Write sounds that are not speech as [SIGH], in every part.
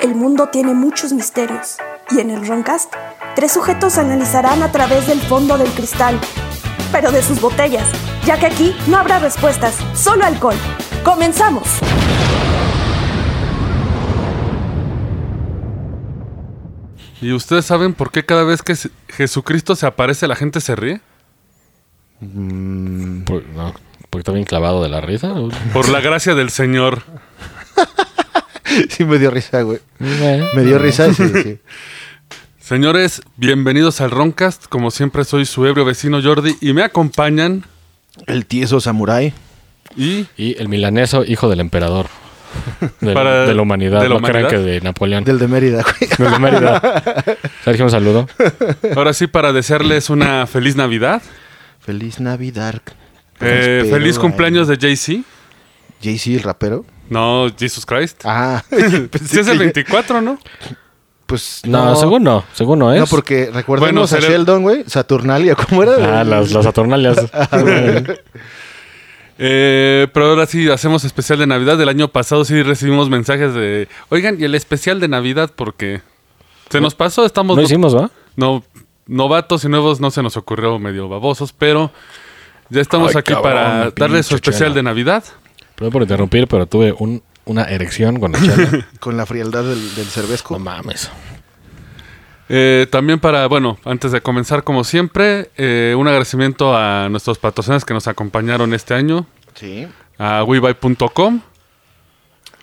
El mundo tiene muchos misterios y en el Roncast, tres sujetos analizarán a través del fondo del cristal, pero de sus botellas, ya que aquí no habrá respuestas, solo alcohol. ¡Comenzamos! ¿Y ustedes saben por qué cada vez que se- Jesucristo se aparece la gente se ríe? Por- Pues, no, porque está bien clavado de la risa. [LAUGHS] ¿no? Por la gracia del Señor. [LAUGHS] Sí, me dio risa, güey. Me dio risa, sí, sí. Señores, bienvenidos al Roncast. Como siempre, soy su ebrio vecino Jordi y me acompañan. [LAUGHS] El tieso samurái. Y Y el milaneso, hijo [LAUGHS] del emperador. De, Para- de la humanidad. de la no crean humanidad. que de Napoleón. Del de Mérida, [LAUGHS] güey. Del de Mérida. Sergio, un saludo. ahora sí, para desearles una feliz Navidad. Feliz Navidad. Eh, Pues Espero, feliz cumpleaños de Jay-Z. ay. Jay-Z, el rapero. No, Jesus Christ. [LAUGHS] Ah, Sí, es el 24, ¿no? Pues No, no. según no. Según no ¿eh? es. No, porque Bueno, recordemos a será- Sheldon, güey. Saturnalia, ¿cómo era? Ah, las, las [LAUGHS] Saturnalias. Eh, pero ahora sí hacemos especial de Navidad. Del año pasado sí recibimos mensajes de. Oigan, y el especial de Navidad, porque se nos pasó, estamos. no hicimos, ¿va? no, novatos y nuevos no se nos ocurrió medio babosos, pero ya estamos Ay, aquí cabrón, para pinche darles su especial chela. de Navidad. Perdón por interrumpir, pero tuve un- una erección con la [LAUGHS] chela. Con la frialdad del, del cervezco. no mames. Eh, también para, bueno, antes de comenzar, como siempre, eh, un agradecimiento a nuestros patrocinadores que nos acompañaron este año, Sí. a WeBuy.com.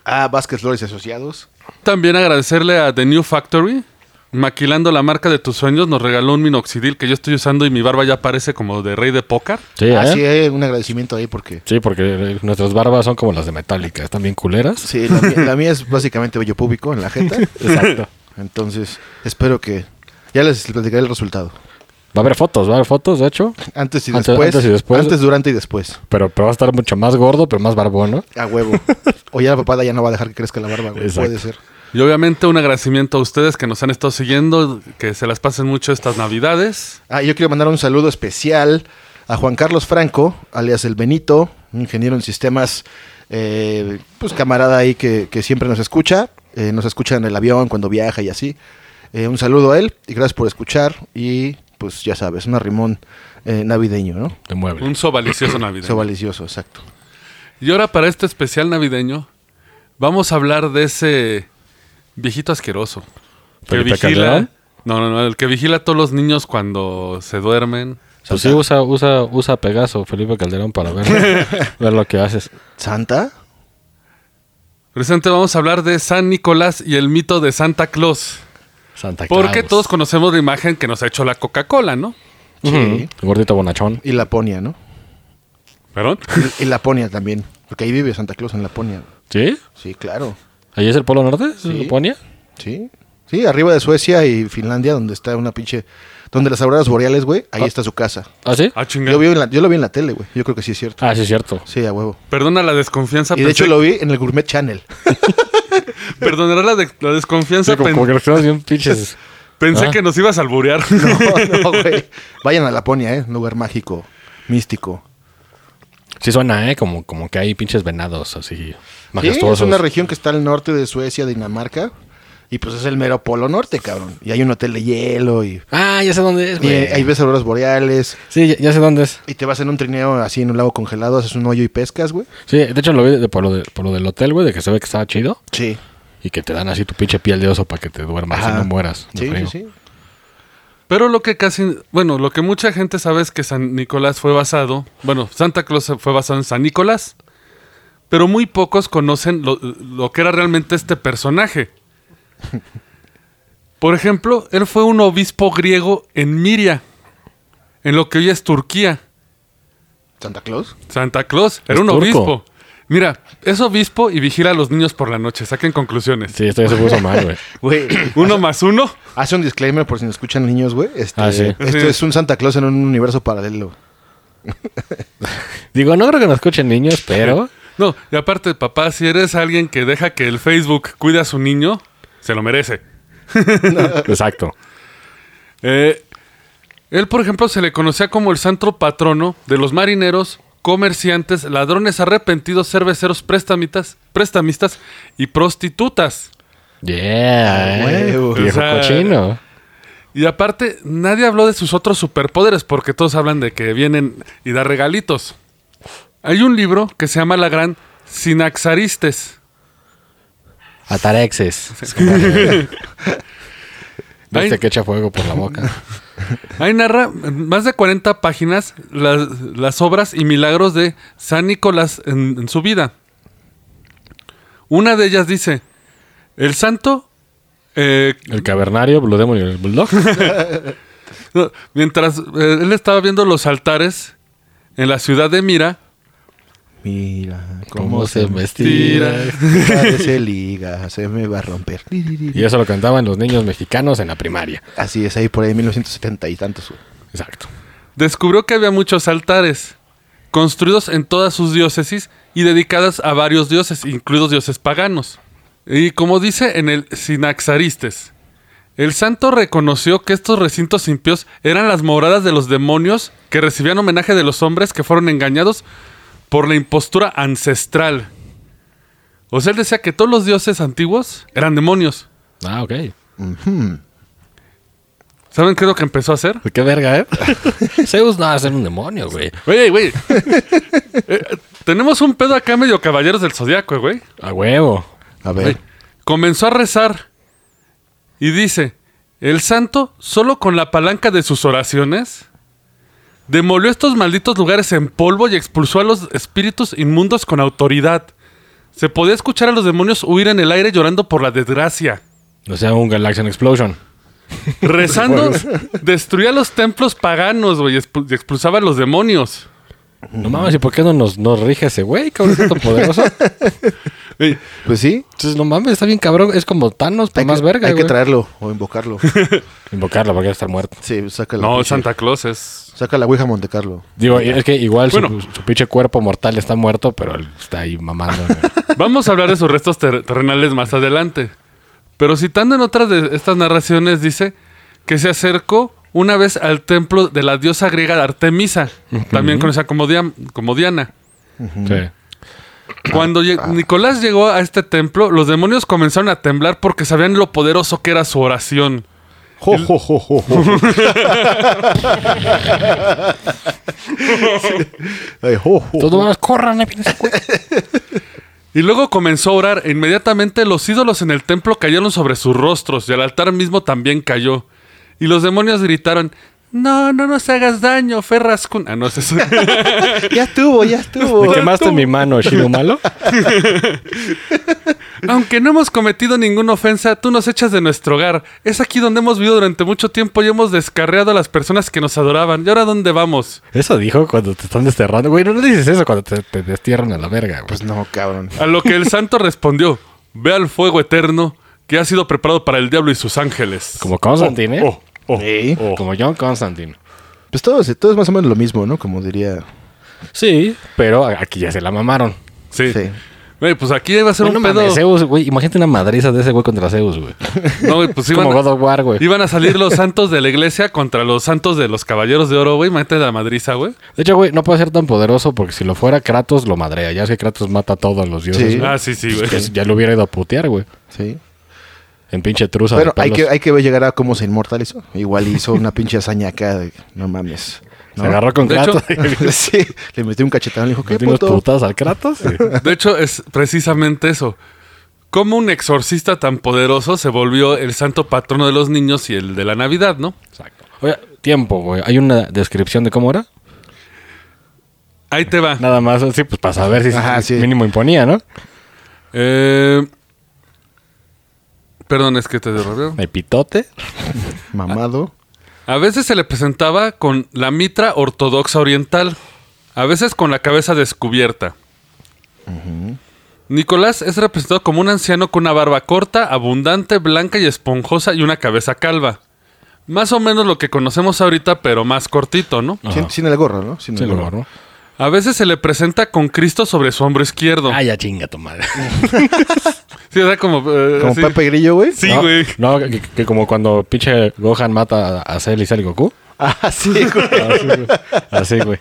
Ah, Vázquez Flores y Asociados. También agradecerle a The New Factory. Maquilando la marca de tus sueños, nos regaló un minoxidil que yo estoy usando y mi barba ya parece como de rey de póker. Sí, Ah, ¿eh? sí, hay un agradecimiento ahí porque... Sí, porque eh, nuestras barbas son como las de Metallica. Están bien culeras. Sí, la mía, la mía es básicamente bello público en la [LAUGHS] jeta. Exacto. Entonces, espero que... Ya les platicaré el resultado. Va a haber fotos, va a haber fotos, de hecho. Antes y Antes- después. antes y después. Antes, durante y después. Pero, pero va a estar mucho más gordo, pero más barbón, ¿no? A huevo. [LAUGHS] o ya la papada ya no va a dejar que crezca la barba, güey. Exacto. Puede ser. Y obviamente un agradecimiento a ustedes que nos han estado siguiendo, que se las pasen mucho estas navidades. Ah, yo quiero mandar un saludo especial a Juan Carlos Franco, alias El Benito, un ingeniero en sistemas, eh, pues camarada ahí que, que siempre nos escucha, eh, nos escucha en el avión cuando viaja y así. Eh, un saludo a él y gracias por escuchar y pues ya sabes, un arrimón eh, navideño, ¿no? De mueble. Un sobalicioso [CLEARS THROAT] navideño. Eso valicioso, exacto. Y ahora para este especial navideño, vamos a hablar de ese viejito asqueroso. Que ¿Felipe vigila. Calderón? No, no, no, el que vigila a todos los niños cuando se duermen. Pues sí, usa, usa, usa Pegaso, Felipe Calderón, para ver, [LAUGHS] ver lo que haces. ¿Santa? Presente vamos a hablar de San Nicolás y el mito de Santa Claus. Santa Porque pues. todos conocemos la imagen que nos ha hecho la Coca-Cola, ¿no? Ujú. Sí. Gordito bonachón. Y Laponia, ¿no? [LAUGHS] ¿Perdón? Y, y Laponia también, porque ahí vive Santa Claus en Laponia. ¿Sí? Sí, claro. ¿Ahí es el Polo Norte? ¿Se Sí. suponía? Sí, sí, arriba de Suecia y Finlandia, donde está una pinche. Donde las auroras boreales, güey, ahí está su casa. ¿Ah, sí? Ah, chingada. Yo, vi en la- yo lo vi en la tele, güey. Yo creo que sí es cierto. Ah, sí, es cierto. Sí, a huevo. Perdona la Ah, desconfianza. Y de pensé- hecho lo vi en el Gourmet Channel. [LAUGHS] Perdonará la, de- la desconfianza. Sí, como, pen- como que los tenemos bien [LAUGHS] pinches. [LAUGHS] Pensé Ah. que nos ibas a [LAUGHS] alburear. No, no, güey. Vayan a Laponia, ¿eh? Un lugar mágico, místico. Sí suena, ¿eh? Como, como que hay pinches venados así Sí, es majestuosos. una región que está al norte de Suecia, Dinamarca. Y pues es el mero polo norte, cabrón. Y hay un hotel de hielo y. ah, ya sé dónde es, y güey. ahí ves auroras boreales. Sí, ya, ya sé dónde es. Y te vas en un trineo así en un lago congelado, haces un hoyo y pescas, güey. Sí, de hecho lo vi de- por, lo de- por lo del hotel, güey, de que se ve que estaba chido Sí. y que te dan así tu pinche piel de oso para que te duermas Ajá. y no mueras. de Sí, sí, frío. sí. Pero lo que casi, bueno, lo que mucha gente sabe es que San Nicolás fue basado, bueno, Santa Claus fue basado en San Nicolás, pero muy pocos conocen lo, lo que era realmente este personaje. Por ejemplo, él fue un obispo griego en Miria, en lo que hoy es Turquía. Santa Claus. Santa Claus era Es un turco. obispo. Mira, es obispo y vigila a los niños por la noche. Saquen conclusiones. Sí, esto ya se puso mal, [LAUGHS] güey. Güey, [COUGHS] Uno más uno. hace un disclaimer por si nos escuchan niños, güey. Este, Ah, sí. Esto Sí. es un Santa Claus en un universo paralelo. Digo, no creo que nos escuchen niños, pero... No, y aparte, papá, si eres alguien que deja que el Facebook cuide a su niño, se lo merece. Exacto. Eh, él, por ejemplo, se le conocía como el santo patrono de los marineros, comerciantes, ladrones arrepentidos, cerveceros, prestamitas, prestamistas y prostitutas. Yeah, eh. Huevo. Viejo O sea, cochino. Y aparte, nadie habló de sus otros superpoderes, porque todos hablan de que vienen y dar regalitos. Hay un libro que se llama La Gran Sinaxaristes. Atarexes. [LAUGHS] Ay. Viste que echa fuego por la boca. Ahí narra en más de 40 páginas las, las obras y milagros de San Nicolás en, en su vida. Una de ellas dice, el santo, eh, El cavernario, Blue Demon y el [LAUGHS] Bulldog. No, mientras eh, él estaba viendo los altares en la ciudad de Mira, Mira ¿Cómo se me vestira? [LAUGHS] se liga, se me va a romper. Y eso lo cantaban los niños mexicanos en la primaria. Así es, ahí por ahí 1970 y tantos. güey. Exacto. descubrió que había muchos altares construidos en todas sus diócesis y dedicadas a varios dioses, incluidos dioses paganos. Y como dice en el Sinaxaristes, el santo reconoció que estos recintos impios eran las moradas de los demonios que recibían homenaje de los hombres que fueron engañados por la impostura ancestral. O sea, él decía que todos los dioses antiguos eran demonios. Ah, ok. ¿Saben qué es lo que empezó a hacer? Qué verga, ¿eh? [LAUGHS] Zeus no va a ser un demonio, güey. Güey, güey. Eh, tenemos un pedo acá medio caballeros del zodiaco, güey. A huevo. A Güey, ver, Comenzó a rezar y dice: El santo, solo con la palanca de sus oraciones, demolió estos malditos lugares en polvo y expulsó a los espíritus inmundos con autoridad. Se podía escuchar a los demonios huir en el aire llorando por la desgracia. O sea, un Galaxian Explosion. Rezando, destruía los templos paganos, güey, y expu- y expulsaba a los demonios. No mames, ¿y por qué no nos, nos rige ese güey, cabrón? Es tan poderoso. Güey, pues sí. Entonces, no mames, está bien cabrón. Es como Thanos, pero Hay, más que, verga, hay que güey. traerlo [LAUGHS] o invocarlo. Invocarlo porque va a estar muerto. Sí, saca la No, pinche- Santa Claus es. Saca la Ouija Monte Carlo. Digo, es que igual su- Bueno. su, pinche cuerpo mortal está muerto, pero él está ahí mamando. [LAUGHS] güey. Vamos a hablar de sus restos ter- terrenales más adelante. Pero citando en otras de estas narraciones, dice que se acercó una vez al templo de la diosa griega Artemisa, también conocida como, Dia- como Diana. Sí. Cuando lle- Nicolás llegó a este templo, los demonios comenzaron a temblar porque sabían lo poderoso que era su oración. Jo, jo, jo, jo, jo. Ay, jo, jo. Todos más corran, eh, pinches cu- Y luego comenzó a orar. e Inmediatamente los ídolos en el templo cayeron sobre sus rostros y el altar mismo también cayó. Y los demonios gritaron: No, no nos hagas daño, Ferrascun. Ah, no es eso. Ya estuvo, ya estuvo. Me quemaste mi mano, Shido Malo. Aunque no hemos cometido ninguna ofensa, tú nos echas de nuestro hogar. Es aquí donde hemos vivido durante mucho tiempo y hemos descarreado a las personas que nos adoraban. ¿Y ahora dónde vamos? Eso dijo cuando te están desterrando. Güey, no le dices eso cuando te, te destierran a la verga, güey. Pues no, cabrón. A lo que el santo respondió: Ve al fuego eterno que ha sido preparado para el diablo y sus ángeles. Oh, Como Constantine, ¿eh? Sí. Como John Constantine. Oh. Pues todo, es- todo es más o menos lo mismo, ¿no? Como diría. Sí, pero a- aquí ya se la mamaron. Sí. Sí. Güey, pues aquí iba a ser Güey, no un pedo. mames, ¿eh? Zeus, güey. Imagínate una madriza de ese güey contra Zeus, [LAUGHS] güey. No, güey, pues Es iban [LAUGHS] como a- God of War, güey. Iban a salir los santos de la iglesia contra los santos de los caballeros de oro, güey. Mate de la madriza, güey. De hecho, güey, no puede ser tan poderoso porque si lo fuera Kratos, lo madrea. Ya es que Kratos mata a todos los dioses. Sí. güey. Ah, sí, sí, güey. Pues ya lo hubiera ido a putear, güey. Sí. En pinche truza. Pero de hay pelos. que, hay que ver llegar a cómo se inmortalizó. Igual hizo una pinche hazaña acá de. No mames. Se agarró con De Kratos. [LAUGHS] [LAUGHS] sí. Le metió un cachetón y le dijo, ¿qué Le dimos puto? putadas al Kratos. sí. De hecho, es precisamente eso. Como un exorcista tan poderoso se volvió el santo patrono de los niños y el de la Navidad, ¿no? Exacto. [LAUGHS] Oye, tiempo, güey. ¿Hay una descripción de cómo era? Ahí te va. Nada más así, pues para saber si Ajá, sí. mínimo imponía, ¿no? Eh, Perdón, es que te derrobé. El pitote. Mamado. A veces se le presentaba con la mitra ortodoxa oriental, a veces con la cabeza descubierta. Nicolás es representado como un anciano con una barba corta, abundante, blanca y esponjosa y una cabeza calva. Más o menos lo que conocemos ahorita, pero más cortito, ¿no? Sin, sin el gorro, ¿no? Sin el Sí, lo gorro. agarró. A veces se le presenta con Cristo sobre su hombro izquierdo. Ah, ya chinga tu madre. Sí, o sea, como... eh, Como así. Pepe Grillo, güey. Sí, No, güey. No, que, que como cuando pinche Gohan mata a Cell y Cell Goku. Ah, sí, güey. Así, güey. Así, güey.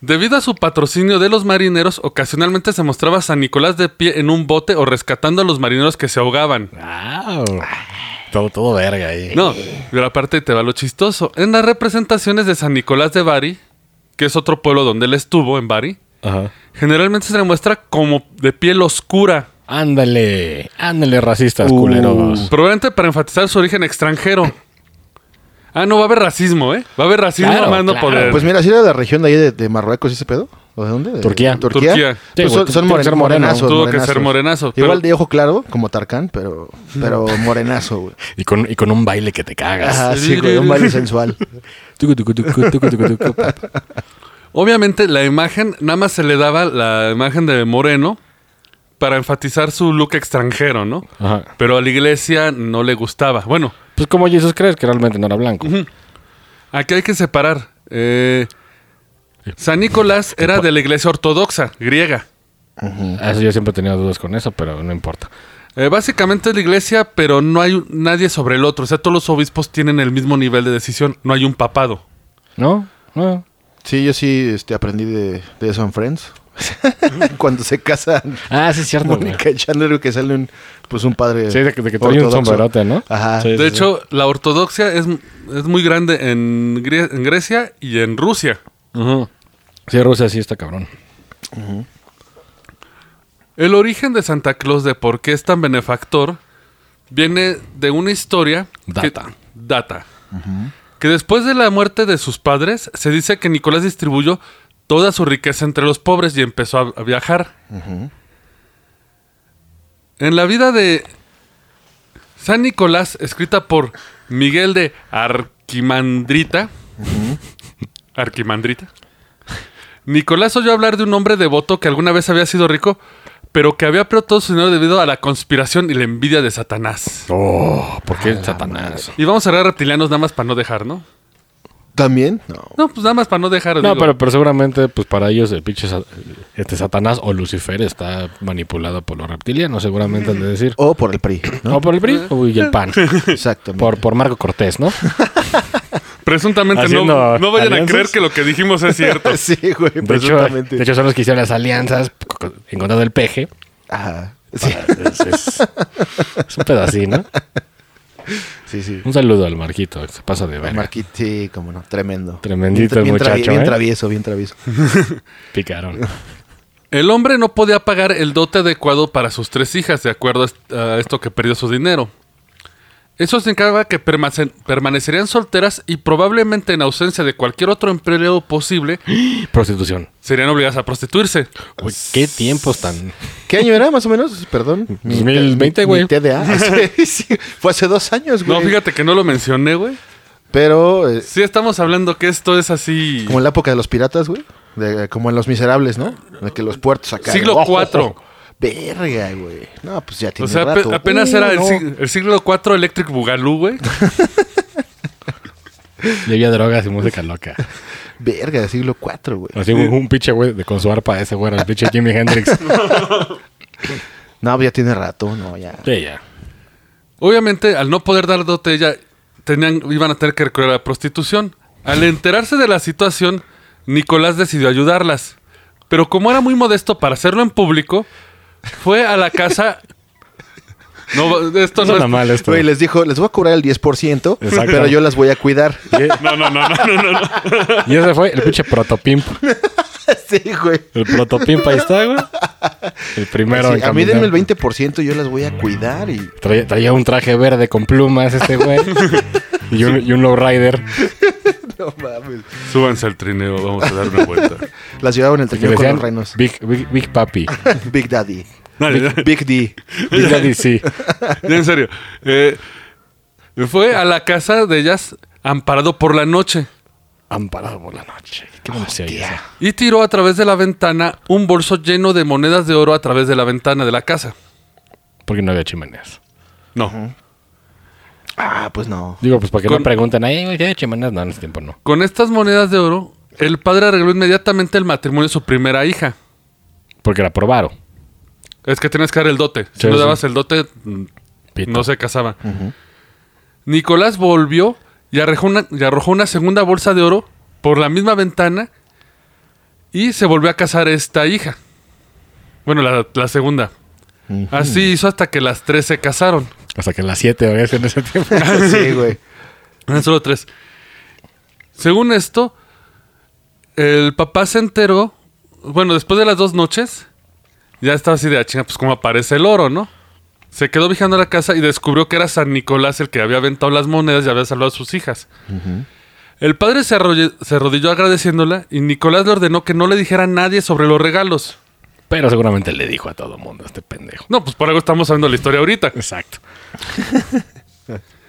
Debido a su patrocinio de los marineros, ocasionalmente se mostraba a San Nicolás de pie en un bote o rescatando a los marineros que se ahogaban. Wow. Todo, todo verga ahí. No, pero aparte te va lo chistoso. En las representaciones de San Nicolás de Bari, que es otro pueblo donde él estuvo, en Bari, Ajá. generalmente se le muestra como de piel oscura. Ándale, ándale, racistas culeros. Probablemente para enfatizar su origen extranjero. Ah, no, va a haber racismo, ¿eh? Va a haber racismo Claro, más no claro. poder. Pues mira, si era de la región de ahí de, de Marruecos ese pedo. ¿O de dónde? De- Turquía. Turquía. Turquía. Pues Sí, güey, son son tuvo que moren- ser moreno. morenazos. Tuvo que morenazos. ser morenazo, pero- Igual de ojo claro, como Tarkan, pero, [LAUGHS] pero morenazo, güey. Y con, y con un baile que te cagas. Ajá, sí, güey, un baile sensual. Tucu, tucu, tucu, tucu, tucu, tucu, pa. Obviamente la imagen, nada más se le daba la imagen de Moreno para enfatizar su look extranjero, ¿no? [LAUGHS] Ajá. Pero a la iglesia no le gustaba. Bueno, Pues como Jesús crees que realmente no era blanco. aquí hay que separar. Eh, San Nicolás era de la iglesia ortodoxa griega. Eso yo siempre he tenido dudas con eso, pero no importa. Eh, básicamente es la iglesia, pero no hay un- nadie sobre el otro. O sea, todos los obispos tienen el mismo nivel de decisión. No hay un papado. ¿No? No. Sí, yo sí este, aprendí de, de eso en Friends. [LAUGHS] Cuando se casan Ah, sí, es cierto. güey. Mónica y Chandler, que sale un, pues un padre. Sí, de que- de que trae un ortodoxo. sombrerote, ¿no? Ajá. Sí. De hecho, la ortodoxia es, es muy grande en, Grie- en Grecia y en Rusia. Sí, Rusia sí está cabrón. El origen de Santa Claus de por qué es tan benefactor viene de una historia Data. que, data, que después de la muerte de sus padres se dice que Nicolás distribuyó toda su riqueza entre los pobres y empezó a, a viajar. En la vida de San Nicolás, escrita por Miguel de Arquimandrita, Arquimandrita. Nicolás oyó hablar de un hombre devoto que alguna vez había sido rico, pero que había perdido todo su dinero debido a la conspiración y la envidia de Satanás. Oh, ¿por qué Satanás? Y vamos a hablar de reptilianos nada más para no dejar, ¿no? ¿También? No. No, pues nada más para no dejar. No, digo. pero, pero seguramente, pues para ellos, el pinche sa- este Satanás o Lucifer está manipulado por los reptilianos, seguramente han de decir. O por el PRI, ¿no? O por el PRI [LAUGHS] o- y el PAN. Exactamente. Oh, Por, por Marco Cortés, ¿no? Presuntamente no, Haciendo no vayan a alianzas. creer que lo que dijimos es [LAUGHS] cierto. [LAUGHS] sí, güey, De hecho, presuntamente. de hecho, son los que hicieron las alianzas co- co- en contra del peje. Ajá. Sí, Es, es- es un pedacino. sí, sí. Un saludo al Marquito, que se pasa de verga. Marquito, sí, como no, tremendo. Tremendito el bien, tra- muchacho, Bien ¿eh? travieso, bien travieso. [LAUGHS] Picaron. El hombre no podía pagar el dote adecuado para sus tres hijas, de acuerdo a est- a esto que perdió su dinero. Eso significaba que permacen- permanecerían solteras y probablemente en ausencia de cualquier otro empleo [GASPS] posible, Prostitución. serían obligadas a prostituirse. Uy, qué tiempos tan. ¿Qué año era, más o menos? Perdón. Mi- 2020, Pues mi- güey. mi TDA. [LAUGHS] [LAUGHS] Sí, sí. Fue hace dos años, güey. No, fíjate que no lo mencioné, güey. Pero eh, Sí, estamos hablando que esto es así. como en la época de los piratas, güey. De- como en Los Miserables, ¿no? De que los puertos acá. Siglo Ojo, IV. ojo. Verga, güey. No, pues ya O tiene sea, ape- rato. apenas Uh, era el, no. sig- el siglo IV Electric Boogaloo, güey. Y había drogas y música loca. Verga, siglo IV, güey. Así un, un pinche güey de con su arpa ese güey, el pinche Jimi Hendrix. No, pues ya tiene rato, no, ya. Sí, ya. Obviamente, al no poder dar dote, ella tenían, iban a tener que recurrir a la prostitución. Al enterarse de la situación, Nicolás decidió ayudarlas. Pero como era muy modesto para hacerlo en público, fue a la casa. No, esto no Suena es. mal esto. Güey, les dijo, les voy a cobrar el 10%, Exacto. pero yo las voy a cuidar. [LAUGHS] No, no, no, no, no, no, no. Y ese fue el pinche protopimp. sí, güey. El protopimp ahí está, güey. El primero. Sí, en a mí caminar. denme el 20%, yo las voy a cuidar y Traía, traía un traje verde con plumas este güey. y un, y un lowrider. [LAUGHS] No mames. Súbanse al trineo, vamos a dar una [LAUGHS] vuelta. Las llevaban el Que trineo con decían los reinos. Big, Big, Big Papi. [LAUGHS] Big Daddy. Dale, dale. Big D. Big Daddy sí. Ya, en serio. Eh, fue a la casa de ellas amparado por la noche Amparado por la noche. Qué Ah, emoción Hostia. esa. y tiró a través de la ventana un bolso lleno de monedas de oro a través de la ventana de la casa. Porque no había chimeneas. No. Ah, pues no. [LAUGHS] Digo, pues para que Con- no pregunten, ay, güey, ¿hay chimeneas? No, en ese tiempo no. Con estas monedas de oro, el padre arregló inmediatamente el matrimonio de su primera hija. Porque la probaron. Es que tenías que dar el dote. Si Sí, no sí. dabas el dote, mm, Pito. no se casaba. Nicolás volvió y arrojó, una, y arrojó una segunda bolsa de oro por la misma ventana Y se volvió a casar esta hija. Bueno, la, la segunda. Así hizo hasta que las tres se casaron. Hasta que en las 7 había sido en ese tiempo. [LAUGHS] sí, güey. Eran solo tres. Según esto, el papá se enteró. Bueno, después de las dos noches, ya estaba así de "Ah, chinga, pues como aparece el oro, ¿no? Se quedó vigilando la casa y descubrió que era San Nicolás el que había aventado las monedas y había salvado a sus hijas. El padre se, arrolle- se arrodilló agradeciéndola y Nicolás le ordenó que no le dijera a nadie sobre los regalos. Pero seguramente le dijo a todo mundo este pendejo. No, pues por algo estamos hablando de la historia ahorita. Exacto.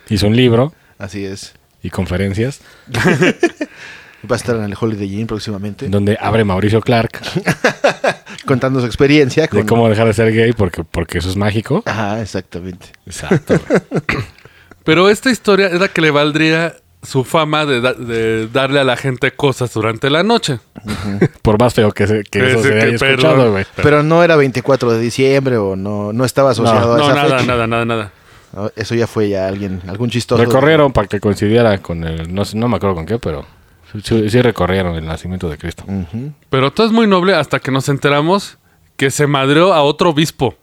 Hizo un libro Así es. y conferencias Va a estar en el Holiday Inn próximamente. donde abre Mauricio Clark Contando su experiencia. de Con... cómo dejar de ser gay porque, porque eso es mágico. Ajá, exactamente. Exacto. Pero esta historia es la que le valdría su fama de, da- de darle a la gente cosas durante la noche. Por más feo que, se- que Ese eso se que haya perro. escuchado, güey. Pero no era 24 de diciembre o no, no estaba Ah. asociado a No, esa nada, fecha. nada, nada, nada. No, Eso ya fue ya alguien, algún chistoso. Recorrieron para que coincidiera con el. No, sé- no me acuerdo con qué, pero sí, sí recorrieron el nacimiento de Cristo. Ujú. Pero todo es muy noble hasta que nos enteramos que se madreó a otro obispo.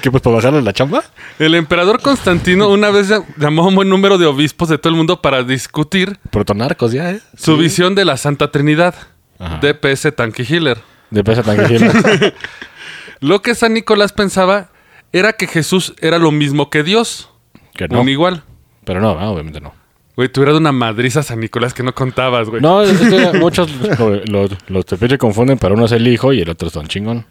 ¿Qué, pues, para bajarle la chamba? El emperador Constantino una vez llam- llamó a un buen número de obispos de todo el mundo para discutir Protonarcos ya, ¿eh? su visión de la Santa Trinidad, Ajá. DPS Tanky Hiller. De pesa tan que [LAUGHS] Lo que San Nicolás pensaba era que Jesús era lo mismo que Dios, Que no. un igual. Pero no, no, obviamente no. Güey, tuviera una madriza a San Nicolás que no contabas, güey. No, es [LAUGHS] que muchos lo- los, los tepeche confunden, pero uno es el hijo y el otro es don chingón.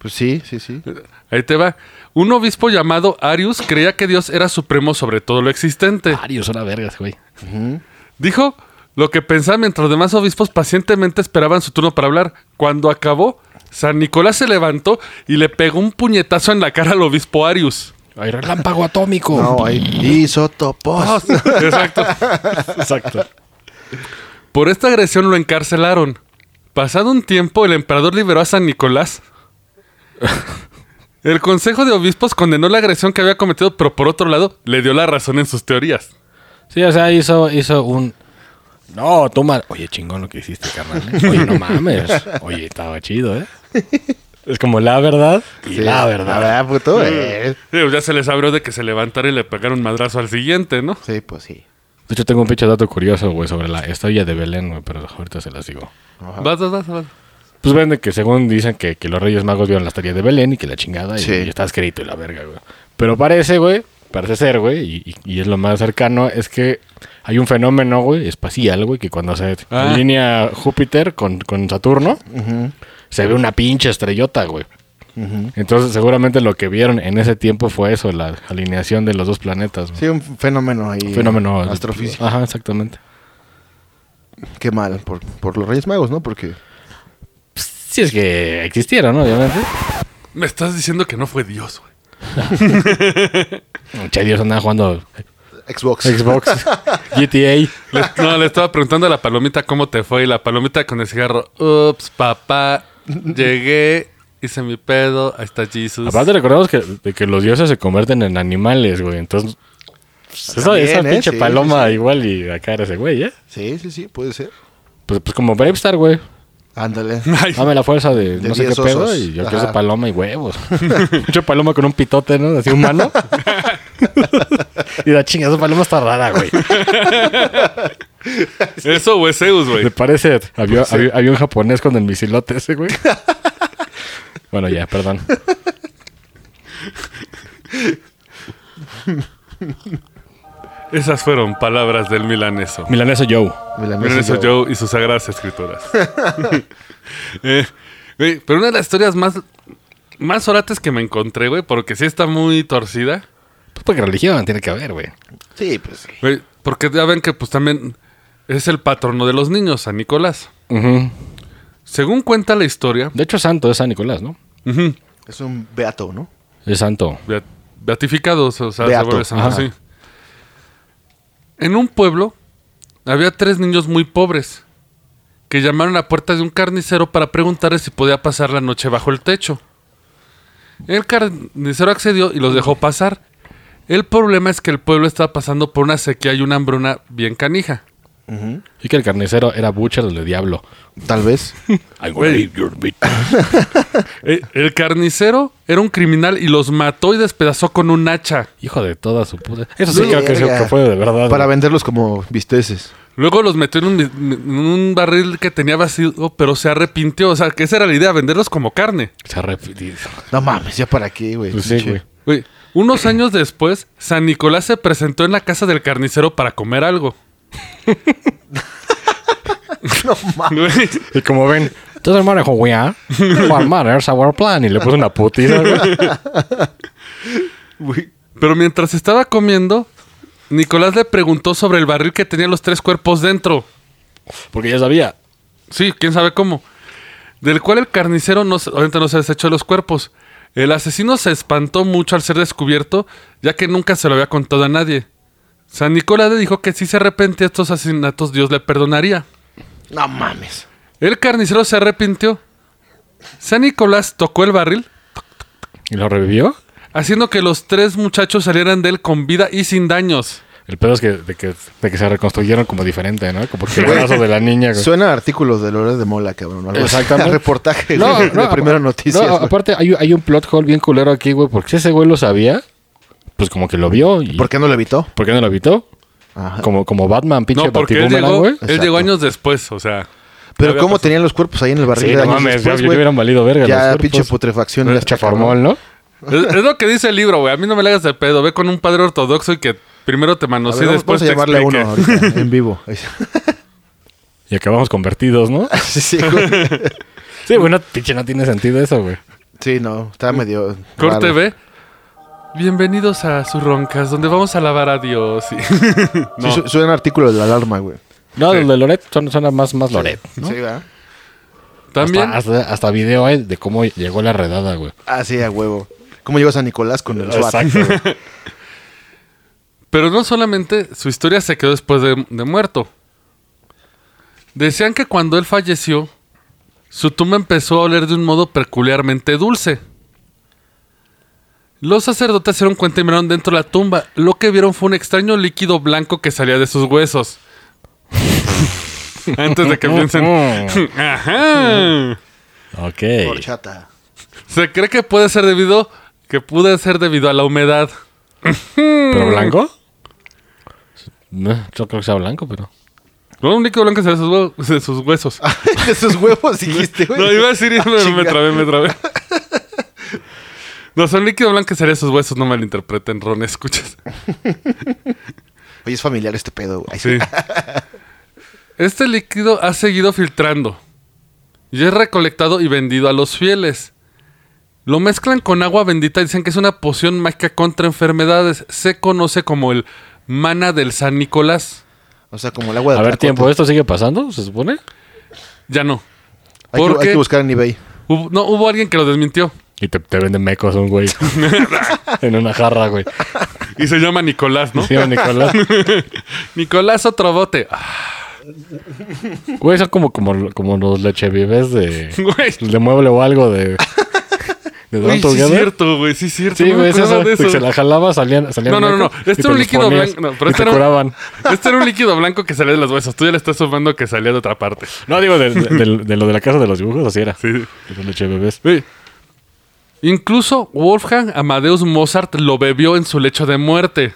Pues sí, sí, sí. Ahí te va. Un obispo llamado Arius creía que Dios era supremo sobre todo lo existente. Varios, una vergas, güey. Dijo lo que pensaba mientras los demás obispos pacientemente esperaban su turno para hablar. Cuando acabó, San Nicolás se levantó y le pegó un puñetazo en la cara al obispo Arius. Hay relámpago atómico. [LAUGHS] No, ahí. Ah, Isotopos. sí, [LAUGHS] Exacto. Exacto. Por esta agresión lo encarcelaron. Pasado un tiempo, el emperador liberó a San Nicolás. El Consejo de Obispos condenó la agresión que había cometido, pero por otro lado, le dio la razón en sus teorías. Sí, o sea, hizo, hizo un. No, toma. Oye, chingón lo que hiciste, carnal. ¿eh? Oye, no mames. Oye, estaba chido, ¿eh? Es como la verdad y Sí, la La verdad. verdad, puto. eh. Sí, pues Ya se les abrió de que se levantara y le pegaron un madrazo al siguiente, ¿no? Sí, pues sí. De hecho, tengo un pinche dato curioso, güey, sobre la estalla de Belén, güey, pero ahorita se las digo. Vas, vas, vas, vas. Pues vende que según dicen que, que los Reyes Magos vieron la estalla de Belén y que la chingada y, Sí. y está escrito y la verga, güey. Pero parece, güey, parece ser, güey, y, y- y es lo más cercano, es que hay un fenómeno, güey, espacial, güey, que cuando se Ah. alinea Júpiter con, con Saturno, se ve una pinche estrellota, güey. Entonces, seguramente lo que vieron en ese tiempo fue eso, la alineación de los dos planetas. güey. Sí, un fenómeno ahí. Un fenómeno Astrofísico. Ajá, exactamente. Qué mal, por, por los Reyes Magos, ¿no? Porque. Si es que existieron, ¿no? obviamente. Me estás diciendo que no fue Dios, güey. Che, Dios andaba jugando Xbox. Xbox, [LAUGHS] GTA. Le- no, le estaba preguntando a la palomita cómo te fue y la palomita con el cigarro. Ups, papá, llegué, hice mi pedo, ahí está Jesus. Aparte recordemos que, de que los dioses se convierten en animales, güey. Entonces, pues, esa- También, esa ¿eh? pinche Sí, paloma igual y acá era ese güey, ¿eh? [LAUGHS] Sí, sí, sí, puede ser. Pues, pues como Bravestar, güey. [LAUGHS] Ándale. [LAUGHS] Ay, Dame la Ah. fuerza de, De no sé qué diez pedo osos. y yo Ajá. quiero esa paloma y huevos. [LAUGHS] Mucha paloma con un pitote, ¿no? Así humano. [LAUGHS] y la chinga, esa paloma está rara, güey. eso o es Zeus, Me güey. parece avión, avión- avión japonés con el misilote ese, [LAUGHS] güey. bueno, ya, perdón. Esas fueron palabras del milaneso. Milaneso Joe. Milaneso Milaneso yo. Joe y sus sagradas escrituras. [LAUGHS] Eh, güey, pero una de las historias más, más orates que me encontré, güey, porque sí está muy torcida. Pues porque religión tiene que haber, güey. Sí, pues sí. Güey, porque ya ven que pues también es el patrono de los niños, San Nicolás. Ujú. Según cuenta la historia, De hecho, santo es San Nicolás, ¿no? ujú, Es un beato, ¿no? Es santo. beat- beatificado, o sea, se Beato, vuelve santo, ajá. sí. En un pueblo había tres niños muy pobres que llamaron a la puerta de un carnicero para preguntarle si podía pasar la noche bajo el techo. El carnicero accedió y los dejó pasar. El problema es que el pueblo estaba pasando por una sequía y una hambruna bien canija. Y que el carnicero era Butcher el de Diablo. Tal vez. I'm gonna eat your meat. Eh, el carnicero era un criminal y los mató y despedazó con un hacha. [LAUGHS] Hijo de toda su puta. Eso sí creo Verga. que, sí, que fue de verdad. Para güey. venderlos como visteces. Luego los metió en un, en un barril que tenía vacío, pero se arrepintió. O sea, que esa era la idea, venderlos como carne. Se arrepintió. No mames, ya para qué, güey. Pues sí, Pinche. güey. Güey, unos [CLEARS THROAT] años después, San Nicolás se presentó en la casa del carnicero para comer algo. [LAUGHS] no mames. Y como ven, doesn't matter who we are. What matters our plan. Y le puso una putiza, güey. Pero mientras estaba comiendo, Nicolás le preguntó sobre el barril que tenía los tres cuerpos dentro. Porque ya sabía. Sí, quién sabe cómo. Del cual el carnicero no, se- obviamente no se desechó de los cuerpos. El asesino se espantó mucho al ser descubierto, ya que nunca se lo había contado a nadie. San Nicolás le dijo que si se arrepentía de estos asesinatos, Dios le perdonaría. No mames. El carnicero se arrepintió. San Nicolás tocó el barril, Y lo revivió. haciendo que los tres muchachos salieran de él con vida y sin daños. El pedo es que, de, que, de que se reconstruyeron como diferente, ¿no? Como que el brazo de la niña. güey. Suena a artículos de Lores de Mola, cabrón. algo así. Exactamente. [LAUGHS] Reportaje de, de ap- primera noticia. no, aparte, hay, hay un plot hole bien culero aquí, güey. Porque si ese güey lo sabía, pues como que lo vio. Y, ¿Por qué no lo evitó? ¿por qué no lo evitó? Ajá. Como, como Batman, pinche No, porque él Batibúmeran, llegó, güey. él llegó años después, o sea. Pero había ¿cómo tenían los cuerpos ahí en el barril Sí, de no años mames, después, ya- ya güey? hubieran valido verga los Ya cuerpos. pinche putrefacción. en las Chaformol, ¿no? Es, es lo que dice el libro, güey. A mí no me le hagas de pedo. Ve con un padre ortodoxo y que primero te A ver, manosee y vamos- después vamos a te llamarle a uno explique. [LAUGHS] ahorita, en vivo. [LAUGHS] Y acabamos convertidos, ¿no? sí, sí, güey. Sí, bueno, pinche, no tiene sentido eso, güey. Sí, no, está medio. [LAUGHS] Corte raro. B. Bienvenidos a sus roncas, donde vamos a alabar a Dios. [LAUGHS] y- Sí, su- suena artículo de la alarma, güey. No, los de Loret son- suena más, más Loret. Sí, ¿verdad? También Hasta, hasta- hasta video hay de cómo llegó la redada, güey. Ah, sí, a huevo. ¿Cómo llegó San Nicolás con el SWAT? güey. Pero no solamente su historia se quedó después de, de muerto. Decían que cuando él falleció, su tumba empezó a oler de un modo peculiarmente dulce. Los sacerdotes se dieron cuenta y miraron dentro de la tumba. Lo que vieron fue un extraño líquido blanco que salía de sus huesos. [LAUGHS] Antes de que piensen. [LAUGHS] Ajá. Ok. [LAUGHS] Horchata. Se cree que puede ser debido. Que pudo ser debido a la humedad. ¿Pero blanco? No, yo creo que sea blanco, pero. No, un líquido blanco que salía de sus hue- de sus huesos. De sus huevos dijiste, güey. No, iba a decir, [LAUGHS] Ah, me, me chinga. trabé, me trabé. No, son líquido blanco que sería sus huesos, no malinterpreten, Ron, escuchas. Oye, es familiar este pedo, güey. [LAUGHS] Sí. Este líquido ha seguido filtrando y es recolectado y vendido a los fieles. Lo mezclan con agua bendita y dicen que es una poción mágica contra enfermedades. Se conoce como el mana del San Nicolás. O sea, como el agua de A ver, Tlacote. tiempo, ¿esto sigue pasando? ¿Se supone? Ya no. Hay ¿eh? que, porque- hay que buscar en eBay. Hubo- no, hubo alguien que lo desmintió Y te, te venden mecos [LAUGHS] un güey. [LAUGHS] en una jarra, güey. y se llama Nicolás, ¿no? Sí, Nicolás. [LAUGHS] Nicolás otro bote. [LAUGHS] Ah, Güey, son como, como, como los lechevives de. güey. de mueble o algo de. de Güey, Don sí es Together. cierto, güey, sí es cierto. Sí, no me güey, es acordaba eso. de Se la jalaba, salían. salían No, no, no, no. mecos y Este te era un los líquido ponías blanco. No, pero y este te era, curaban. [LAUGHS] este era un líquido blanco que salía de los huesos. Tú ya le estás sumando que salía de otra parte. No, digo, de, de- de- de lo de la casa de los dibujos, así era. Sí. De los lechebebés. Güey. Incluso Wolfgang Amadeus Mozart lo bebió en su lecho de muerte.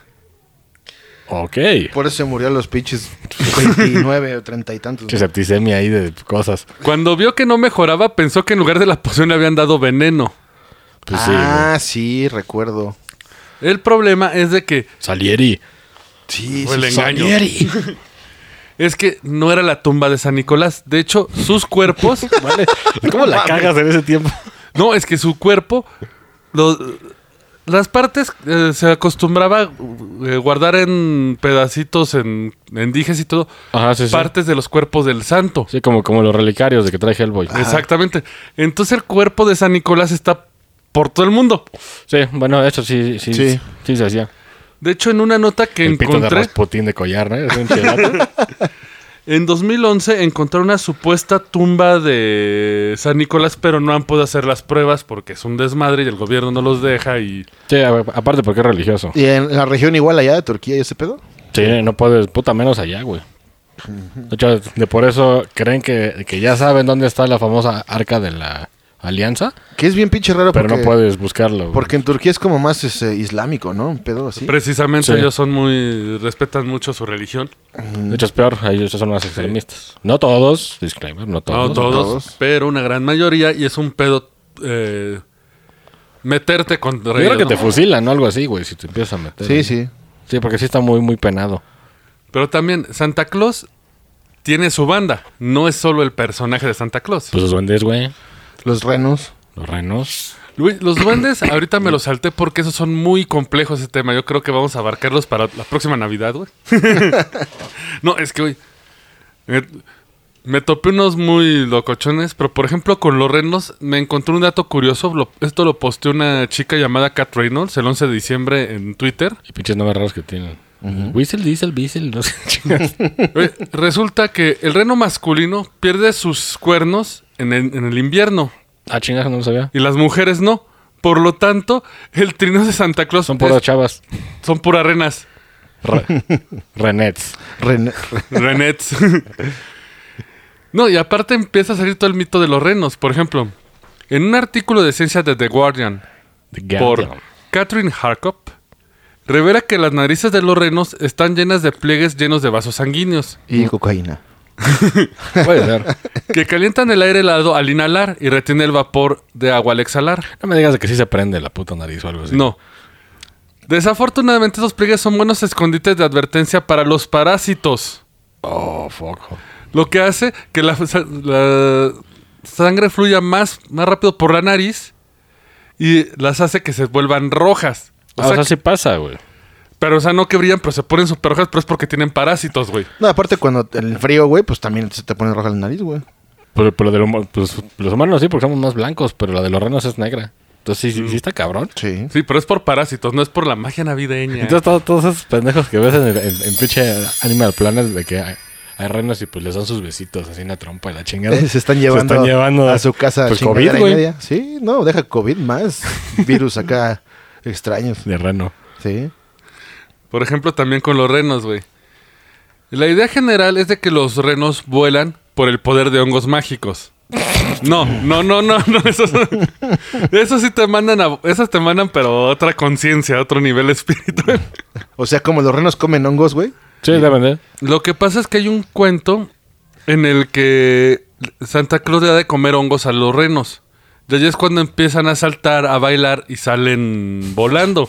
Ok. Pues- Por eso se murió a [LAUGHS] los pinches 29 o 30 y tantos. Pinche septicemia ahí de cosas. Cuando vio que no mejoraba, pensó que en lugar de la poción le habían dado veneno. Pues sí, güey. ah, sí, recuerdo. El problema es de que Salieri. Sí, Fue el sí, sí. engaño. [LAUGHS] es que no era la tumba de San Nicolás. De hecho, sus [LAUGHS] cuerpos Vale. ¿Cómo la cagas en ese tiempo? No, es que su cuerpo, lo- las partes eh, se acostumbraba eh, guardar en pedacitos, en, en dijes y todo, Ajá, Ah, sí, sí. partes de los cuerpos del santo. Sí, Ah. como, como los relicarios de que trae Hellboy. Ah. Exactamente. Entonces el cuerpo de San Nicolás está por todo el mundo. Sí, bueno, eso sí, sí, Sí. sí, se hacía. De hecho, en una nota que El pito de encontré, Rasputín de collar, ¿no? Es un chilato. en 2011 encontraron una supuesta tumba de San Nicolás, pero no han podido hacer las pruebas porque es un desmadre y el gobierno no los deja y... [LAUGHS] sí, a- aparte porque es religioso. ¿Y en la región igual allá de Turquía y ese pedo? Sí, no puedes, puta menos allá, güey. De hecho, de por eso creen que, que ya saben dónde está la famosa arca de la alianza, Que es bien pinche raro pero porque, no puedes buscarlo. güey. porque en Turquía es como más este, islámico, ¿no? Un pedo así. Precisamente Sí. ellos son muy. respetan mucho su religión. De hecho, es peor. Ellos son más extremistas. No todos, disclaimer, no todos. no todos, todos. pero una gran mayoría. Y es un pedo. eh, meterte contra Yo creo ellos, que te ¿no? fusilan o algo así, güey, si te empiezas a meter. Sí, ahí. sí. Sí, porque sí está muy, muy penado. Pero también, Santa Claus tiene su banda. No es solo el personaje de Santa Claus. Pues los duendes, güey. Los renos. Los renos. Luis, los duendes, ahorita me los salté porque esos son muy complejos ese tema. Yo creo que vamos a abarcarlos para la próxima Navidad, güey. [LAUGHS] no, es que, güey. eh, Me topé unos muy locochones, pero por ejemplo con los renos me encontré un dato curioso. Lo- esto lo posteó una chica llamada Kat Reynolds el 11 de diciembre en Twitter. Y pinches nombres raros que tienen. Whistle, diesel, whistle, no sé. [LAUGHS] chingas. Eh, Resulta que el reno masculino pierde sus cuernos en el- en el invierno, ah, chingas, no lo sabía. y las mujeres no. Por lo tanto, el trino de Santa Claus Son son, puras chavas. son puras renas. [LAUGHS] Re- Renets. Ren- [LAUGHS] Renets. [LAUGHS] no, y aparte empieza a salir todo el mito de los renos. Por ejemplo, en un artículo de ciencia de The Guardian por Goddamn. Catherine Harkop, revela que las narices de los renos están llenas de pliegues llenos de vasos sanguíneos. y cocaína. Puede ser. Que calientan el aire helado al inhalar y retiene el vapor de agua al exhalar. No me digas de que sí se prende la puta nariz o algo así. No. Desafortunadamente, esos pliegues son buenos escondites de advertencia para los parásitos. Oh, fuck. Lo que hace que la, sa- la sangre fluya más, más rápido por la nariz y las hace que se vuelvan rojas. O sea, Ah, o sea, que- sí pasa, güey. Pero, o sea, no que brillan, pero se ponen súper rojas, pero es porque tienen parásitos, güey. No, aparte cuando el frío, güey, pues también se te pone roja la nariz, güey. Pero, pero de lo mo- pues, los humanos sí, porque somos más blancos, pero la de los renos es negra. Entonces Mm. sí, sí, sí está cabrón. Sí. Sí, pero es por parásitos, no es por la magia navideña. Entonces todo- todos esos pendejos que ves en, el- en- en pinche Animal Planet de que hay, hay renos y pues les dan sus besitos así en la trompa y la chingada. [LAUGHS] [LAUGHS] Se están llevando, están llevando a su casa pues, chingadera COVID, y güey. media. Sí, no, deja COVID [LAUGHS] más. Virus acá extraños. De reno. Sí. Por ejemplo, también con los renos, güey. La idea general es de que los renos vuelan por el poder de hongos mágicos. No, no, no, no, no. Eso, [LAUGHS] eso sí te mandan a. Esas te mandan, pero a otra conciencia, a otro nivel espiritual. O sea, como los renos comen hongos, güey. Sí, deben de. Lo que pasa es que hay un cuento en el que Santa Claus le da de comer hongos a los renos. Y allí es cuando empiezan a saltar, a bailar y salen volando.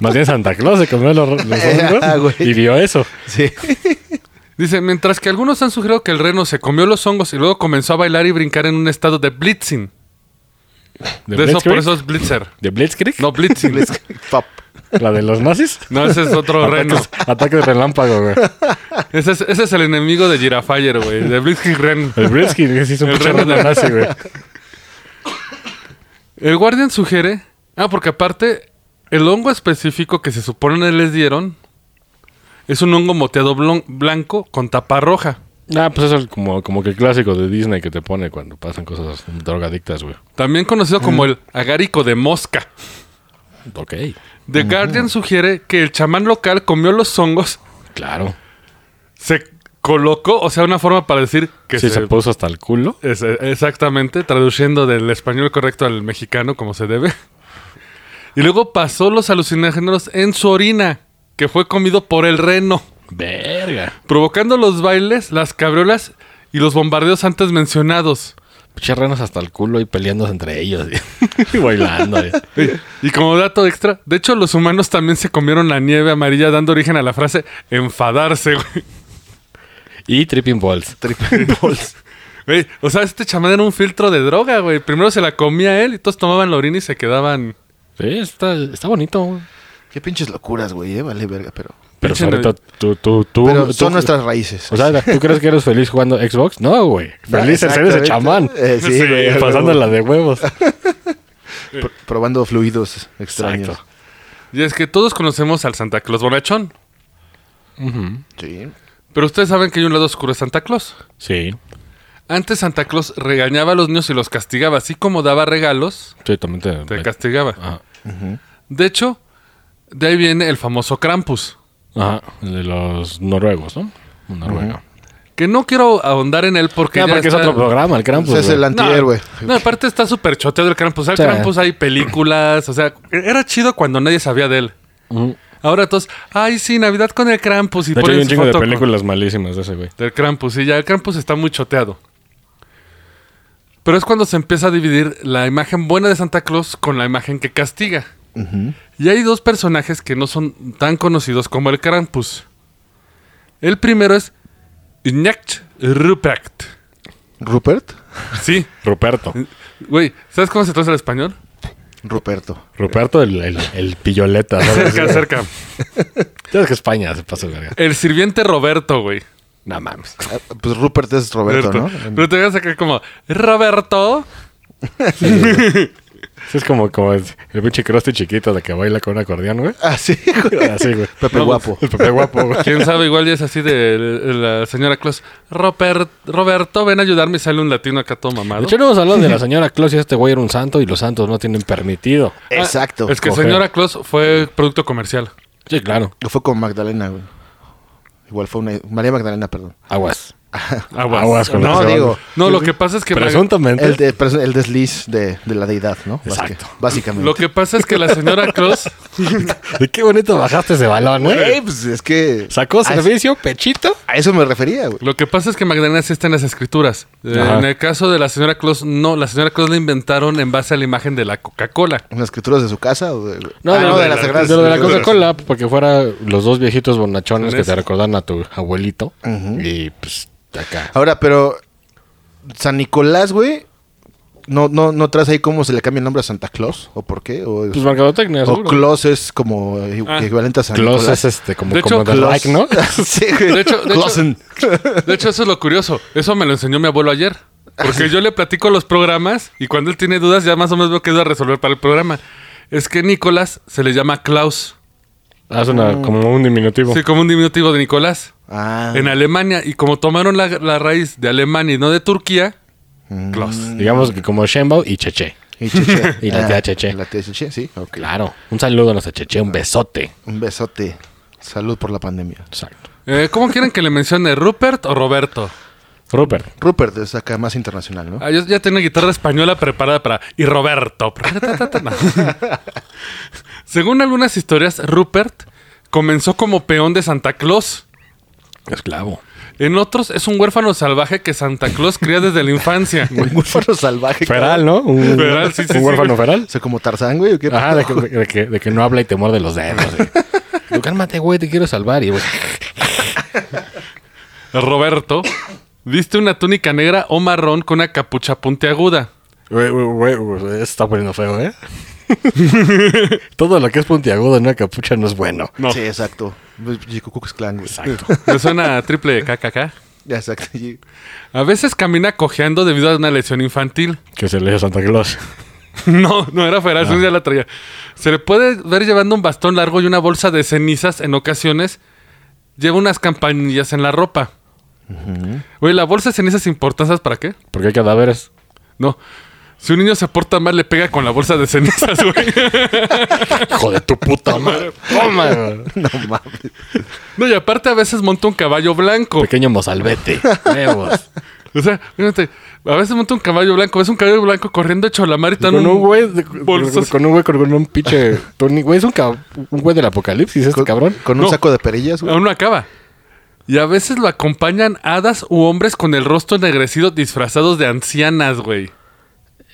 Más bien Santa Claus se comió los, los hongos [LAUGHS] Ah, güey. y vio eso. Sí. Dice, mientras que algunos han sugerido que el reno se comió los hongos y luego comenzó a bailar y brincar en un estado de blitzing. ¿De, de eso, Blitzkrieg? por eso es blitzer. ¿De [LAUGHS] Blitzkrieg? No, blitzing. Pop. ¿La de los nazis? no, ese es otro reno. Ataques, ataques relámpago, güey. Ese es, ese es el enemigo de Girafire, güey. De Blitzkrieg Ren. El Blitzkrieg sí es un El pinche reno reno de- nazi, güey. El Guardian sugiere... Ah, porque aparte, el hongo específico que se supone les dieron es un hongo moteado blon- blanco con tapa roja. Ah, pues eso es como, como que el clásico de Disney que te pone cuando pasan cosas drogadictas, güey. También Ah. conocido como el agárico de mosca. Ok, The Guardian sugiere que el chamán local comió los hongos claro. se colocó, o sea, una forma para decir que sí, se, se puso hasta el culo. es- exactamente, traduciendo del español correcto al mexicano como se debe. Y luego pasó los alucinógenos en su orina, que fue comido por el reno, Verga. provocando los bailes, las cabriolas y los bombardeos antes mencionados. Pinches renos hasta el culo y peleándose entre ellos. [LAUGHS] y- y bailando. y- Y como dato extra, de hecho los humanos también se comieron la nieve amarilla dando origen a la frase enfadarse, güey. Y tripping balls. [LAUGHS] Triple balls. Güey, O sea, este chamán era un filtro de droga, güey. Primero se la comía él y todos tomaban la orina y se quedaban Sí, está, está bonito. güey. Qué pinches locuras, güey. eh, Vale, verga, pero. Pero Pinche sobre todo, tú, tú, tú. Pero tú- son nuestras raíces. O sea, ¿tú crees que eres feliz jugando Xbox? No, güey. Feliz en ser ese Exactamente. chamán. Eh, sí, Sí, güey, a Pasándola de huevos. huevo. Pr- probando fluidos extraños. Exacto. Y es que todos conocemos al Santa Claus bonachón. Sí. Pero ustedes saben que hay un lado oscuro de Santa Claus. Sí. Antes Santa Claus regañaba a los niños y los castigaba. Así como daba regalos, Sí, también te. te castigaba. Ajá. De hecho, de ahí viene el famoso Krampus. Ajá, el de los noruegos, ¿no? Un Noruego. Que no quiero ahondar en él porque. No, ya porque es está- otro programa, el Krampus. Ese es el güey. No, antihéroe. no, aparte está súper choteado el Krampus. Al Sí. Krampus hay películas, o sea, era chido cuando nadie sabía de él. Ujú. Ahora todos, ay, sí, Navidad con el Krampus. Y De hecho, ponen hay un su chingo de foto con- películas malísimas de ese güey. del Krampus, y ya el Krampus está muy choteado. Pero es cuando se empieza a dividir la imagen buena de Santa Claus con la imagen que castiga. Y hay dos personajes que no son tan conocidos como el Krampus. El primero es Iñacht Ruprecht. Rupert. Sí, Ruperto. güey, ¿sabes cómo se traduce al español? Ruperto. Ruperto, el, el, el pilloleta. [LAUGHS] ¿sabes? Cerca, cerca. Sabes que España se pasa de verga. El sirviente Roberto, güey. No mames. Ah, Pues Rupert es Roberto, ¿no? Pero te vas a sacar como Roberto. Es como, como el el pinche Krusty chiquito de que baila con un acordeón, [LAUGHS] güey. [LAUGHS] Ah, sí. güey. Así, güey. Pepe No, Guapo. El papel guapo, güey. Quién sabe, igual ya es así de la señora Claus. Robert- Roberto, ven a ayudarme y sale un latino acá todo mamado. De hecho, no hemos hablado de la señora Claus y este güey era un santo y los santos no tienen permitido. Exacto. Ah, es que coger. señora Claus fue producto comercial. Sí, claro. Fue con Magdalena, güey. Igual fue una... María Magdalena, perdón. Aguas. Aguas. Aguas con no, lo que se digo, van. no, lo que pasa es que Presuntamente. El, de- pero es el desliz de, de la deidad, ¿no? Bás- Exacto. Básicamente. lo que pasa es que la señora Claus De qué bonito bajaste ese balón, Güey, güey. pues es que... Sacó a, servicio, pechito. a eso me refería, güey. Lo que pasa es que Magdalena sí está en las escrituras. Eh, Ajá. en el caso de la señora Claus, no. La señora Claus la inventaron en base a la imagen de la Coca-Cola. ¿Unas escrituras de su casa? o de- No, Ah, de, no, lo de las Sagradas de lo de la Escrituras. Coca-Cola, pues, porque fuera los dos viejitos bonachones que te Eso. recordan a tu abuelito. Y pues acá. Ahora, pero San Nicolás, güey, no, no, no traes ahí cómo se le cambia el nombre a Santa Claus o por qué o, es- Pues mercadotecnia, o seguro. Claus es como eh, Ah. equivalente a San Claus Nicolás. es este, como, De hecho, como de Claus. like, [LAUGHS] ¿no? sí, güey. De hecho- de hecho- Clausen. De hecho, eso es lo curioso. Eso me lo enseñó mi abuelo ayer. Porque yo le platico los programas y cuando él tiene dudas, ya más o menos veo que a resolver para el programa. Es que Nicolás se le llama Klaus. Haz una, como un diminutivo. Sí, como un diminutivo de Nicolás. Ah, En Alemania. Y como tomaron la, la raíz de Alemania y no de Turquía, Klaus. Digamos que como Shenbao y Cheche. mm. y Cheche. [LAUGHS] Y la Ah, tía Cheche. La tía Cheche, sí. ok. Claro. Un saludo a nuestra Cheche, un besote. Un besote. Salud por la pandemia. Exacto. Eh, ¿Cómo quieren que le mencione Rupert o Roberto? Rupert. Rupert es acá más internacional, ¿no? Ah, yo ya tengo una guitarra española preparada para... Y Roberto. [LAUGHS] Según algunas historias, Rupert comenzó como peón de Santa Claus. Esclavo. En otros es un huérfano salvaje que Santa Claus cría desde la infancia. [LAUGHS] Un huérfano salvaje. Feral, ¿no? Un, Feral, sí, sí, sí, un huérfano cabrón. feral. O sea, como Tarzán, güey. ¿o qué? Ajá, de que, de que- de que no habla y te muerde los dedos. [LAUGHS] güey. Tú, cálmate, güey, te quiero salvar. Y, güey, Roberto viste una túnica negra o marrón con una capucha puntiaguda. güey, güey, güey, güey, se está poniendo feo, ¿eh? [LAUGHS] Todo lo que es puntiagudo en una capucha no es bueno. No, Sí, exacto. Chico Cucus Clan, güey. Exacto. me suena a triple KKK. Ya, [LAUGHS] Exacto. Y- A veces camina cojeando debido a una lesión infantil. Que se le hizo Santa Claus. [LAUGHS] No, no era feral, eso ya la traía. Se le puede ver llevando un bastón largo y una bolsa de cenizas en ocasiones. Lleva unas campanillas en la ropa. Oye, ¿la bolsa de cenizas importantes para qué? Porque hay cadáveres. No. Si un niño se porta mal, le pega con la bolsa de cenizas, [LAUGHS] güey. Hijo de tu puta [LAUGHS] madre. Toma, güey. No mames. No, y aparte a veces monta un caballo blanco. Pequeño mozalbete. Huevos. O sea, fíjate, a veces monta un caballo blanco, ves un caballo blanco corriendo hecho la mar y [LAUGHS] tan Con un güey. de- bolsas. Con un güey con un pinche. Tony, güey, es un, cab- un güey del apocalipsis, este Con- cabrón. Con un No. saco de perillas, güey. Aún no acaba. Y a veces lo acompañan hadas u hombres con el rostro ennegrecido disfrazados de ancianas, güey.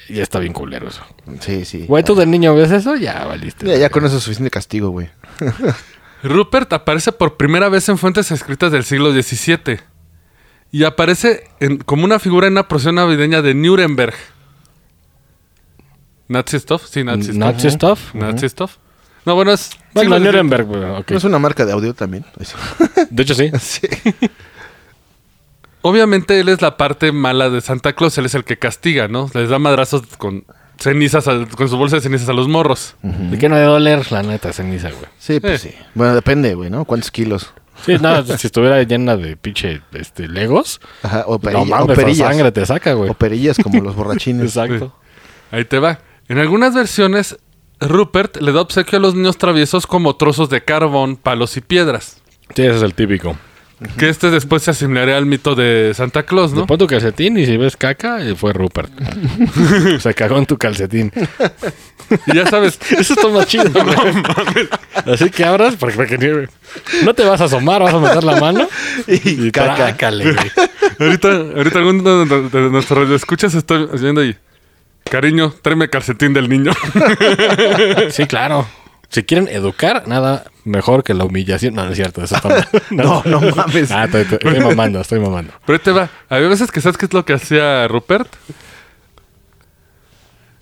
Y está bien culero eso. Sí, sí. Güey, tú de niño ves eso, ya valiste. Ya, ya con eso es suficiente castigo, güey. Rupert aparece por primera vez en fuentes escritas del siglo XVII. Y aparece en- como una figura en una procesión navideña de Nuremberg. Nazi stuff, sí, Nazi stuff. Nazi stuff. Nazi stuff. No, bueno, es... siglo Bueno, XVII. Nuremberg, güey, ok. ¿No es una marca de audio [LAUGHS] también? De hecho, sí. Sí. Obviamente él es la parte mala de Santa Claus, él es el que castiga, ¿no? Les da madrazos con cenizas, al- con su bolsa de cenizas a los morros. ¿De qué no debe doler? La neta, ceniza, güey. Sí, pues Eh. sí. Bueno, depende, güey, ¿no? ¿Cuántos kilos? Sí, no, [LAUGHS] si estuviera llena de pinche este, legos, Ajá, o, perilla- no o mames, la perillas. sangre te saca, güey. O perillas como [LAUGHS] los borrachines. Exacto. Ahí te va. En algunas versiones, Rupert le da obsequio a los niños traviesos como trozos de carbón, palos y piedras. Sí, ese es el típico. Que este después se asimilaría al mito de Santa Claus, Te ¿no? pon tu calcetín y si ves caca, eh, fue Rupert. Se cagó en tu calcetín. Y ya sabes, Eso está más chido, güey. Así que abras porque, porque ni- no te vas a asomar, vas a meter la mano Y caca. trácale, güey. ahorita, ahorita alguno de, de nuestros radioescuchas está viendo ahí. Cariño, tráeme calcetín del niño. [LAUGHS] Sí, claro. Si quieren educar, nada mejor que la humillación. No, no es cierto. Eso está mal. [LAUGHS] No, no [LAUGHS] mames. Ah, estoy, estoy- estoy mamando, estoy mamando. Pero ahí te va. Había veces que sabes qué es lo que hacía Rupert.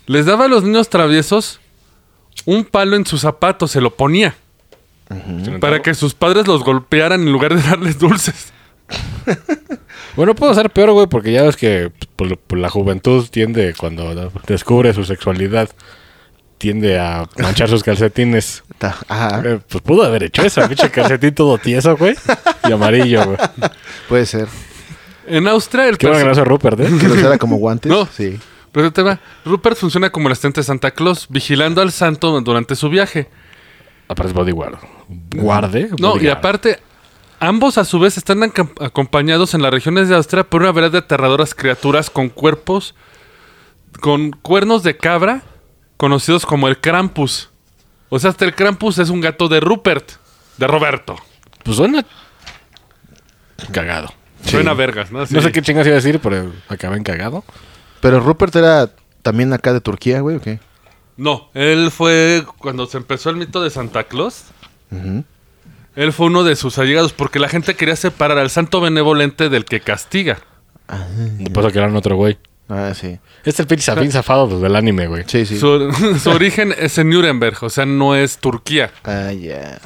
Les daba a los niños traviesos un palo en sus zapatos, se lo ponía. Para que sus padres los golpearan en lugar de darles dulces. Bueno, puedo ser peor, güey, porque ya ves que pues, por- por la juventud tiende, cuando descubre su sexualidad, tiende a manchar sus calcetines. Ta- Ajá, Eh, Pues pudo haber hecho eso, pinche calcetín todo tieso, güey. Y amarillo, güey. puede ser. En Austria, el Qué Pues bueno que perso- no sea Rupert, ¿eh? Que los era como guantes. [LAUGHS] No. Sí. Pero ahí te va. Rupert funciona como el asistente de Santa Claus, vigilando al santo durante su viaje. Aparte es bodyguard. Guarde. No, y bodyguard. aparte, ambos a su vez están ancam- acompañados en las regiones de Austria por una verdad de aterradoras criaturas con cuerpos, con cuernos de cabra, conocidos como el Krampus. O sea, hasta el Krampus es un gato de Rupert, de Roberto. Pues suena cagado. Suena vergas, ¿no? No Sí. sé qué chingas iba a decir, pero acabé en cagado. Pero Rupert era también acá de Turquía, güey, ¿o qué? No, él fue cuando se empezó el mito de Santa Claus. Él fue uno de sus allegados porque la gente quería separar al santo benevolente del que castiga. Después que eran otro güey. Ah, sí. Este es el pinche sapín zafado pues, del anime, güey. Sí, sí. Su, [LAUGHS] su origen es en Nuremberg, o sea, no es Turquía. Ah, ya.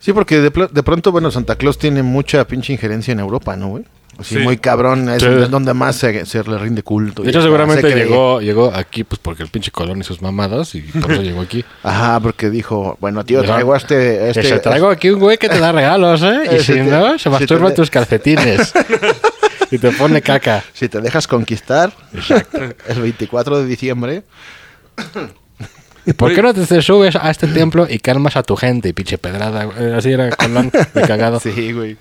Sí, porque de, pl- de pronto, bueno, Santa Claus tiene mucha pinche injerencia en Europa, ¿no, güey? Así Sí. muy cabrón, es Sí. donde más se, se le rinde culto. De y hecho, se seguramente cree. llegó, llegó aquí, pues porque el pinche Colón y sus mamadas, y por eso llegó aquí. Ajá, porque dijo, bueno, [LAUGHS] tío, Ajá. traigo a este... a Te este traigo aquí un güey que te da regalos, [LAUGHS] ¿eh? Y Ese si te- no, se si masturba te- en tus calcetines. [LAUGHS] y te pone caca. Si te dejas conquistar, [LAUGHS] el 24 de diciembre, ¿Y por qué no te, te subes a este templo y calmas a tu gente, pinche pedrada? güey? Eh, Así era [LAUGHS] Colón, de cagado. [LAUGHS] sí, güey.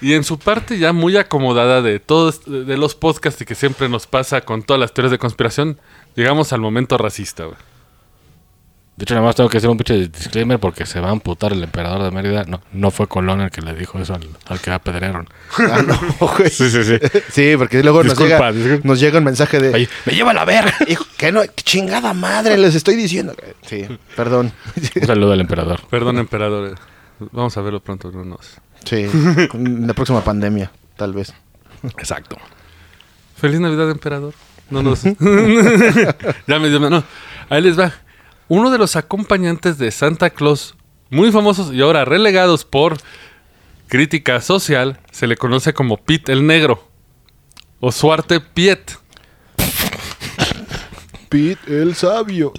Y en su parte ya muy acomodada de todos de los podcasts y que siempre nos pasa con todas las teorías de conspiración, llegamos al momento racista, güey. De hecho, nada más tengo que hacer un pinche disclaimer porque se va a amputar el emperador de Mérida. No, no fue Colón el que le dijo eso al, al que apedrearon. Ah, no, güey. Sí, sí, sí. Sí, porque luego Disculpa, nos, llega, disculpa. nos llega un mensaje de... Ahí, me lleva a la verga. [LAUGHS] Hijo, que no, qué chingada madre les estoy diciendo. Sí, [LAUGHS] perdón. Un saludo al emperador. Perdón, emperador. eh. Vamos a verlo pronto, no nos- [LAUGHS] Sí, con la próxima pandemia, tal vez. Exacto. Feliz Navidad, emperador. No nos. [LAUGHS] ya me dio. No. Ahí les va. Uno de los acompañantes de Santa Claus, muy famosos y ahora relegados por crítica social, se le conoce como Pete el Negro o Suarte Piet. Pete el sabio.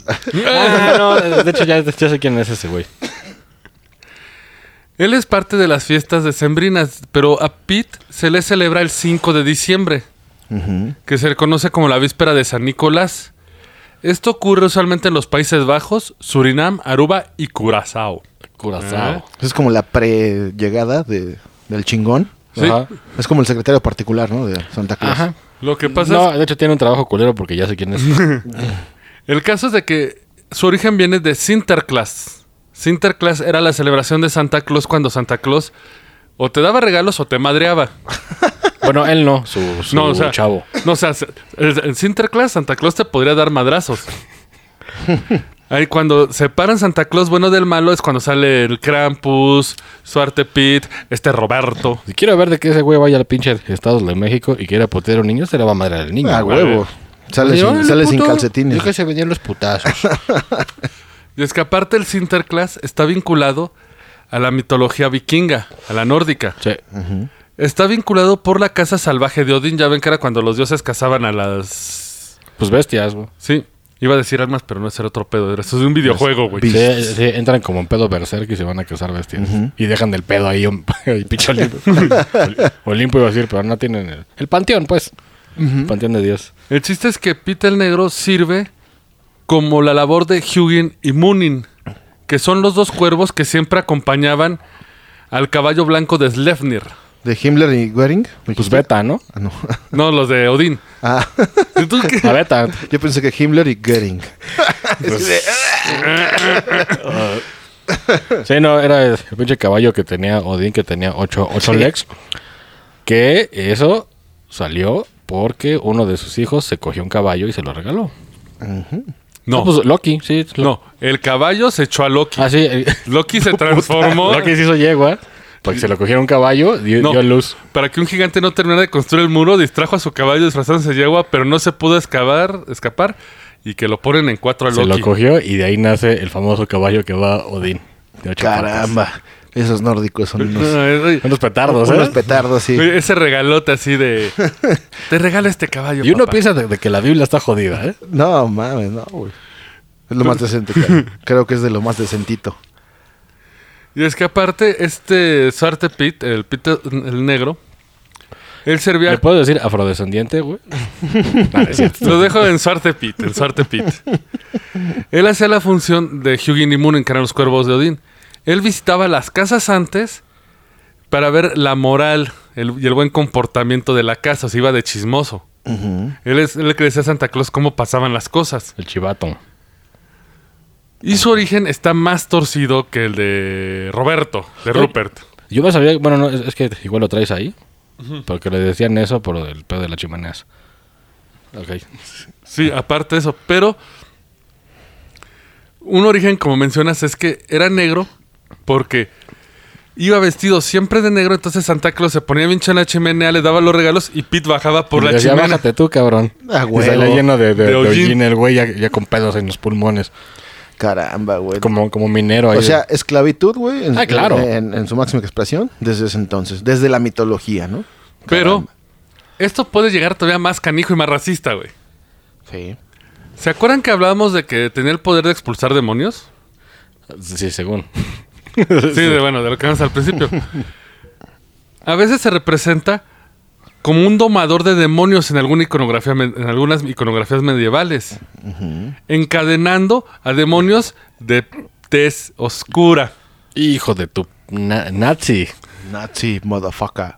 Ah, no, de hecho ya, ya sé quién es ese güey. Él es parte de las fiestas decembrinas, pero a Pete se le celebra el 5 de diciembre, que se le conoce como la víspera de San Nicolás. Esto ocurre usualmente en los Países Bajos, Surinam, Aruba y Curazao. Curazao. Es como la pre-llegada de, del chingón. Sí. Ajá. Es como el secretario particular, ¿no? De Santa Claus. Ajá. Lo que pasa No, es, de hecho tiene un trabajo culero porque ya sé quién [LAUGHS] es. el caso es de que su origen viene de Sinterklaas. Sinterklaas era la celebración de Santa Claus cuando Santa Claus o te daba regalos o te madreaba. Bueno, él no, su, su no, o sea, chavo. No, o sea, se- el- en Sinterklaas Santa Claus te podría dar [LAUGHS] madrazos. Ahí cuando separan Santa Claus bueno del malo es cuando sale el Krampus, Suarte Pit, este Roberto. Si quiero ver de que ese güey vaya al pinche Estados de México y quiera putear a un niño, se le va a madrear al niño. Ah, güey. huevo. Sale, Oye, Pues, sin, órale, sale sin puto. calcetines. Yo que se venían los [LAUGHS] putazos. Y es que aparte el Sinterklaas está vinculado a la mitología vikinga, a la nórdica. Sí. Está vinculado por la casa salvaje de Odín. Ya ven que era cuando los dioses cazaban a las... Pues bestias, güey. Sí, iba a decir armas, pero no es otro pedo. Eso es de un videojuego, güey. Sí, sí, entran como en pedo berserk y se van a cazar bestias. Y dejan del pedo ahí, un, [LAUGHS] y [LAUGHS] pinche Olimpo. Olimpo iba a decir, pero no tienen el, el panteón, pues. Panteón de Dios. El chiste es que Pita el Negro sirve como la labor de Hugin y Munin, que son los dos cuervos que siempre acompañaban al caballo blanco de Slefnir. ¿De Himmler y Goering? ¿Me Pues dijiste? beta, ¿no? Ah, no. [LAUGHS] No, los de Odín. Ah, [LAUGHS] Entonces, ¿qué? A beta. yo pensé que Himmler y Goering. Sí, no, era el pinche caballo que tenía Odín, que tenía 8 legs. Que eso salió porque uno de sus hijos se cogió un caballo y se lo regaló. No, pues Loki, sí. es Loki. no. El caballo se echó a Loki. Ah, sí. eh, Loki [LAUGHS] se transformó Loki se hizo yegua. Porque se lo cogieron un caballo, dio, No. dio luz. para que un gigante no terminara de construir el muro. Distrajo a su caballo disfrazándose de yegua, pero no se pudo excavar- escapar y que lo ponen en cuatro a Se lo Loki. [LAUGHS] cogió y de ahí nace el famoso caballo que va Odín. de ocho patas. Caramba. Esos nórdicos son unos, No, es- Unos [LAUGHS] petardos, unos ¿eh? petardos, sí. Ese regalote así [LAUGHS] de. Te regala este caballo. Y uno papá". piensa de, de que la Biblia está jodida, ¿eh? No, mames, no, güey. Es lo más decente. Creo. creo que es de lo más decentito. Y es que aparte, este Sarte Pit, el Pit el negro, él ¿Le servía. puedo decir afrodescendiente, [LAUGHS] güey? No, no es cierto. Lo dejo en Sarte Pit, en Sarte [LAUGHS] Pit. Él hacía la función de Hugin y Munen, que eran los cuervos de Odín. Él visitaba las casas antes para ver la moral el- y el buen comportamiento de la casa. O sea, iba de chismoso. Él es él le decía a Santa Claus cómo pasaban las cosas. El chivato. Y su origen está más torcido que el de Roberto, de Rupert. Yo no sabía, bueno, no, es, es que igual lo traes ahí. Porque le decían eso por el pedo de las chimeneas. Ok. Sí, aparte de eso. Pero un origen, como mencionas, es que era negro porque iba vestido siempre de negro. Entonces Santa Claus se ponía bien en la chimenea, le daba los regalos y Pete bajaba por Y la decía, chimenea. bájate tú, cabrón. Ah, Y huevo. salía lleno de, de, De de hollín. hollín el güey, ya, ya con pedos en los pulmones. Caramba, [LAUGHS] güey. Como, como minero ahí. O sea, esclavitud, güey. en- Ah, claro. En, en su máxima expresión, desde ese entonces. Desde la mitología, ¿no? Pero Caramba. esto puede llegar todavía más canijo y más racista, güey. Sí. ¿Se acuerdan que hablábamos de que tenía el poder de expulsar demonios? Sí, según. Sí, de, bueno, de lo que vamos al principio. [LAUGHS] A veces se representa como un domador de demonios en, alguna iconografía, me- en algunas iconografías medievales, encadenando a demonios de tez oscura. Hijo de tu na- nazi. Nazi, motherfucker.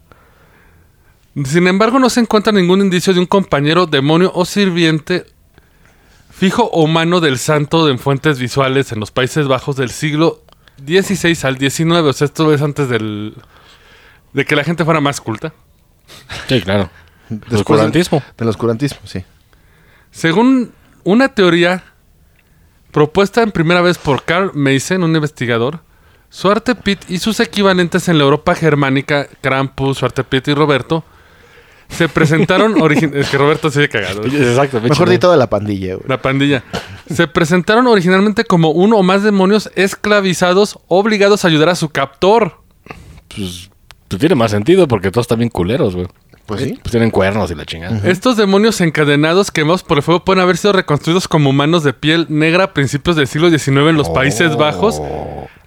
Sin embargo, no se encuentra ningún indicio de un compañero, demonio o sirviente fijo o humano del santo en fuentes visuales en los Países Bajos del siglo XVI al XIX. O sea, esto es antes del, de que la gente fuera más culta. Sí, claro. Después oscurantismo. del- Del oscurantismo, sí. Según una teoría propuesta en primera vez por Carl Mason, un investigador, Suarte Pitt y sus equivalentes en la Europa germánica, Krampus, Suarte Pitt y Roberto, se presentaron origi- es que Roberto sigue cagado. Exacto. Mejor di toda la pandilla, güey. La pandilla. Se presentaron originalmente como uno o más demonios esclavizados obligados a ayudar a su captor. Pues tiene más sentido porque todos están bien culeros, güey. Pues sí. Pues tienen cuernos y la chingada. Estos demonios encadenados quemados por el fuego pueden haber sido reconstruidos como humanos de piel negra a principios del siglo XIX en los Países Bajos,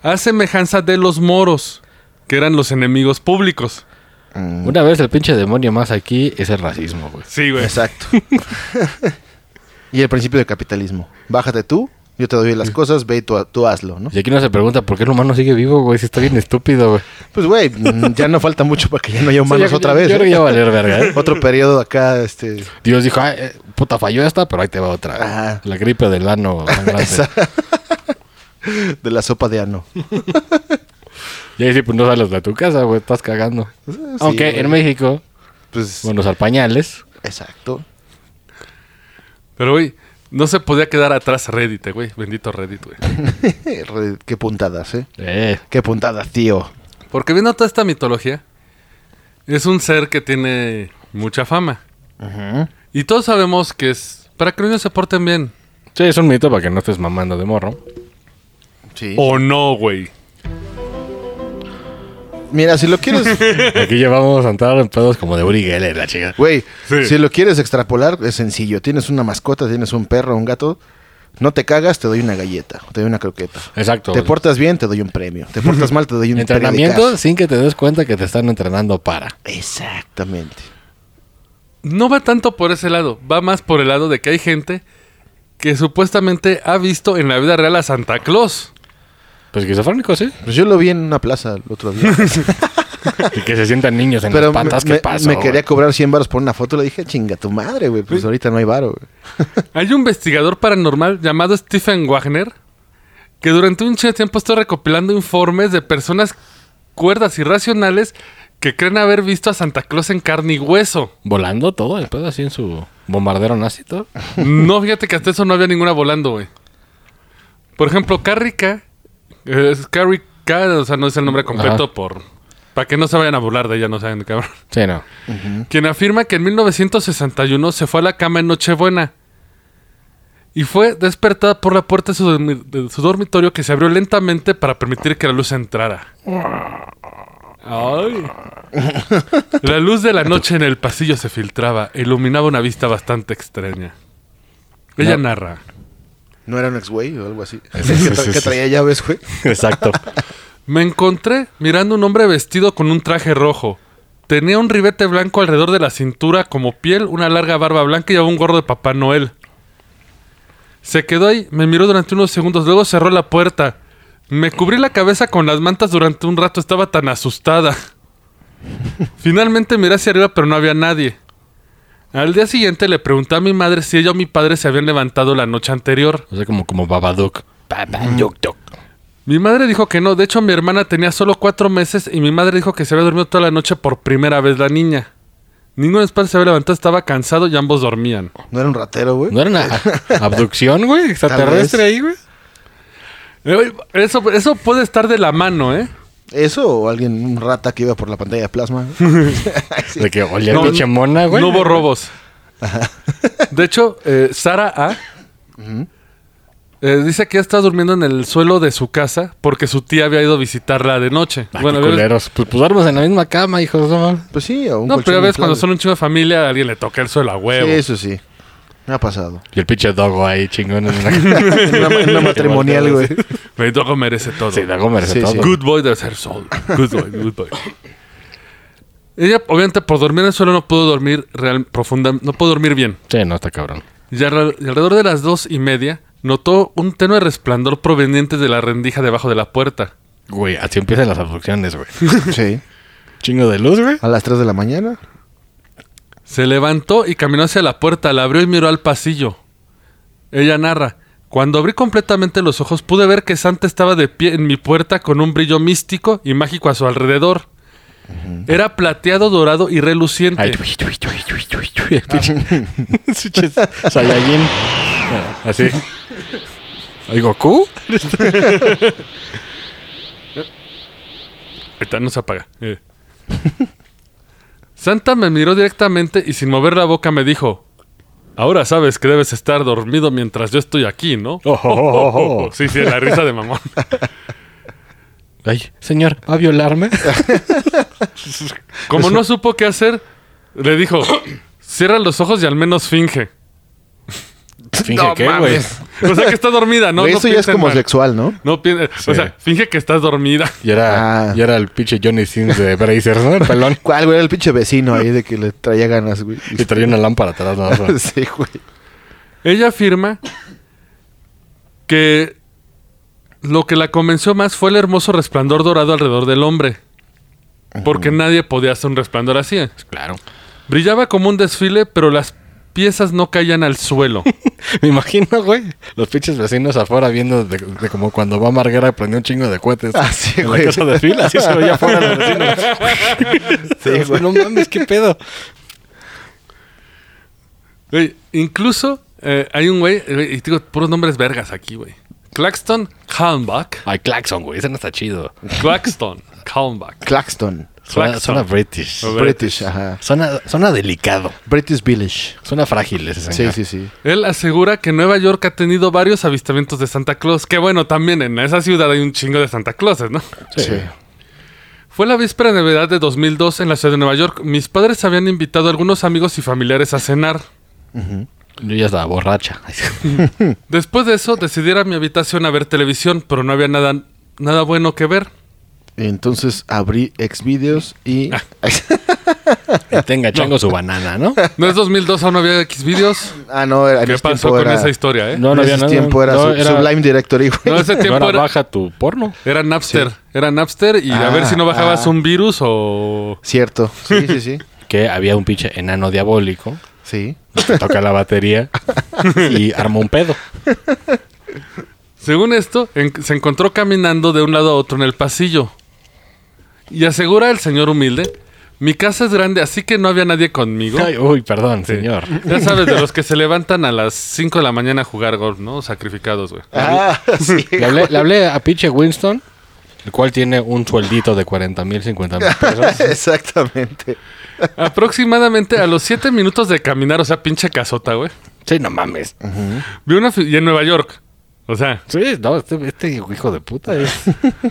a semejanza de los moros, que eran los enemigos públicos. Una vez el pinche demonio más aquí es el racismo, güey. Sí, güey. Exacto. [LAUGHS] y el principio del capitalismo. Bájate tú, yo te doy las cosas, ve y tú, tú hazlo, ¿no? Y aquí no se pregunta por qué el humano sigue vivo, güey. Si está bien estúpido, güey. [LAUGHS] Pues, güey, mm, ya no falta mucho para que ya no haya humanos Sí, yo- otra yo- vez. Yo creo ¿eh? que ya va a [LAUGHS] valer verga, ¿eh? Otro periodo acá, este... Dios dijo, "Ay, eh, puta, falló esta, pero ahí te va otra. Ajá. La gripe del [LAUGHS] ano. sangrante". esa- de la sopa de ano. Y ahí sí, pues no sales de tu casa, güey. Estás cagando. Aunque güey. en México, Pues, bueno, los alpañales. exacto. Pero, güey, no se podía quedar atrás Reddit, eh, güey. Bendito Reddit, güey. Eh, Re- Qué puntadas, ¿eh? Eh, Qué puntadas, tío. Porque viendo toda esta mitología, es un ser que tiene mucha fama. Y todos sabemos que es para que los niños se porten bien. sí, es un mito para que no estés mamando de morro. Sí. O no, güey. Mira, si lo [LAUGHS] quieres... Aquí ya vamos a entrar en pedos como de Uri Geller, la chica. Güey, Sí. si lo quieres extrapolar, es sencillo. Tienes una mascota, tienes un perro, un gato. No te cagas, te doy una galleta, te doy una croqueta. Exacto. Te portas bien, te doy un premio. Te portas mal, te [LAUGHS] doy un Entrenamiento periodicazo. sin que te des cuenta que te están entrenando para. Exactamente. No va tanto por ese lado, va más por el lado de que hay gente que supuestamente ha visto en la vida real a Santa Claus. Pues esquizofrénico, ¿eh? sí. Pues yo lo vi en una plaza el [LAUGHS] otro día. Y que se sientan niños en pero las patas, me, ¿qué pasa? me güey? quería cobrar 100 baros por una foto. Le dije, chinga tu madre, güey. Pues ahorita no hay varo, güey. Hay un investigador paranormal llamado Stephen Wagner que durante un chingo de tiempo está recopilando informes de personas cuerdas irracionales que creen haber visto a Santa Claus en carne y hueso. Volando todo, después así en su bombardero nazi todo. No, fíjate que hasta eso no había ninguna volando, güey. Por ejemplo, Carrica. eh, Es Carrie K, o sea, no es el nombre completo Ajá. por. Para que no se vayan a burlar de ella, no saben de cabrón. Sí, no. Quien afirma que en 1961 se fue a la cama en Nochebuena. Y fue despertada por la puerta de su, dormi- de su dormitorio que se abrió lentamente para permitir que la luz entrara. Ay. La luz de la noche en el pasillo se filtraba e iluminaba una vista bastante extraña. Ella No. narra. ¿No era un ex güey o algo así? [LAUGHS] Sí, sí, que, tra- sí, que sí. traía llaves, güey. Exacto. Me encontré mirando un hombre vestido con un traje rojo. Tenía un ribete blanco alrededor de la cintura como piel, una larga barba blanca y llevaba un gorro de Papá Noel. Se quedó ahí, me miró durante unos segundos, luego cerró la puerta. Me cubrí la cabeza con las mantas durante un rato, estaba tan asustada. Finalmente miré hacia arriba, pero no había nadie. Al día siguiente le pregunté a mi madre si ella o mi padre se habían levantado la noche anterior. [LAUGHS] O sea, como, como Babadook. Babadook. dook. Mi madre dijo que no. De hecho, mi hermana tenía solo cuatro meses y mi madre dijo que se había dormido toda la noche por primera vez la niña. Ninguno de los padres se había levantado, estaba cansado y ambos dormían. No era un ratero, güey. ¿No era una abducción, güey? ¿Extraterrestre Tal vez. ahí, güey? Eh, Eso, eso puede estar de la mano, ¿eh? ¿Eso o alguien, un rata que iba por la pantalla [LAUGHS] de plasma? Sí. De que, oye, No, pinche mona, güey. No hubo robos. De hecho, eh, Sara A. eh, dice que ya estaba durmiendo en el suelo de su casa porque su tía había ido a visitarla de noche. Ah, Bueno, qué había- culeros. Pues, pues duermas en la misma cama, hijos. No, mames. Pues sí, o un no, colchón pero ya ves, cuando son inflable. un chingo de familia, a alguien le toca el suelo a huevo. Sí, eso sí. Me ha pasado. Y el pinche dogo ahí, chingón. [LAUGHS] En una... [LAUGHS] En una, en una matrimonial, güey. Me toca, merece todo. sí, dogo merece Sí, todo. sí. Good boy debe ser Sol. Good boy, good boy. Ella, obviamente, por dormir en el suelo no pudo dormir real, profunda, no pudo dormir bien. Sí, no, está cabrón. Y alre- y alrededor de las dos y media, notó un tenue resplandor proveniente de la rendija debajo de la puerta. Güey, así empiezan las abducciones, güey. Sí. Chingo de luz, güey. A las 3 de la mañana. Se levantó y caminó hacia la puerta, la abrió y miró al pasillo. Ella narra, cuando abrí completamente los ojos pude ver que Santa estaba de pie en mi puerta con un brillo místico y mágico a su alrededor. Era plateado, dorado y reluciente. Ay, tui, tui, tui, tui, tui, tui, el pinche- [LAUGHS] Pinche Ah. Saiyajin. Ah, Así. ¿Ay, Goku? Ahorita no se apaga. Eh. [LAUGHS] Santa me miró directamente y sin mover la boca me dijo: Ahora sabes que debes estar dormido mientras yo estoy aquí, ¿no? Oh, oh, oh, oh, [LAUGHS] oh. Sí, sí, la risa de [LAUGHS] mamón. Ay, señor, ¿va a violarme? Como no supo qué hacer, le dijo: [CLEARS THROAT] Cierra los ojos y al menos finge. [LAUGHS] Finge que, güey. O sea que está dormida, ¿no? Güey, no eso ya es piensen como mal. sexual, ¿no? No piensen- O sea, finge que estás dormida. [LAUGHS] Y era, Ah. y era el pinche Johnny Sins de Brazers, ¿no? El pelón. [LAUGHS] ¿Cuál, güey? Era el pinche vecino ahí de que le traía ganas, güey. Y traía una lámpara atrás, [LAUGHS] Pues, nada más. güey. [LAUGHS] sí, güey. Ella afirma que lo que la convenció más fue el hermoso resplandor dorado alrededor del hombre. Porque nadie podía hacer un resplandor así. ¿eh? Claro. [LAUGHS] Brillaba como un desfile, pero las piezas no caían al suelo. Me imagino, güey, los pinches vecinos afuera viendo de, de como cuando va Marguera prendió un chingo de cohetes. Ah, sí, en güey. La casa de fila, así se veía afuera los [LAUGHS] vecinos. [LAUGHS] Sí, güey. No mames, qué pedo. Güey, incluso eh, hay un güey, eh, y digo, puros nombres vergas aquí, güey. Claxton Kalmbach. Ay, Claxon, güey, ese no está chido. [LAUGHS] Claxton Kalmbach. Claxton. Suena, Claxton. suena British. A ver. British, ajá. Suena, suena delicado. British Village. Suena frágil ese Sí, señor. sí, sí. Él asegura que Nueva York ha tenido varios avistamientos de Santa Claus. Que bueno, también en esa ciudad hay un chingo de Santa Clauses, ¿no? Sí. Fue la víspera de Navidad de 2002 en la ciudad de Nueva York. Mis padres habían invitado a algunos amigos y familiares a cenar. Yo ya estaba borracha. [LAUGHS] Después de eso, decidí ir a mi habitación a ver televisión, pero no había nada, nada bueno que ver. Entonces abrí Xvideos y. Ah. Que tenga chango su banana, ¿no? ¿No es 2002 aún no había Xvideos? Ah, no, era, en ¿Qué ese pasó tiempo con era- esa historia, eh? No, No, en no había ese nada. tiempo era, No, Sub- era- Subline Directory, güey. ese No tiempo era era, baja tu porno. era Napster. Era Napster y a Ah, ver si no bajabas ah. un virus o... [LAUGHS] Cierto. Sí, sí, sí. Que había un pinche enano diabólico Sí. que toca la batería y arma un pedo. Según esto, en- se encontró caminando de un lado a otro en el pasillo. Y asegura el señor humilde, mi casa es grande, así que no había nadie conmigo. Ay, uy, perdón, señor. Ya sabes, de los que se levantan a las 5 de la mañana a jugar golf, ¿no? Sacrificados, güey. Ah, sí. Le hablé, le hablé a pinche Winston, el cual tiene un sueldito de 40 mil, 50 mil pesos. [LAUGHS] Exactamente. Aproximadamente a los 7 minutos de caminar, o sea, pinche casota, güey. Sí, no mames. Vi una... fi- Y en Nueva York. O sea, Sí, no, este, este hijo de puta es.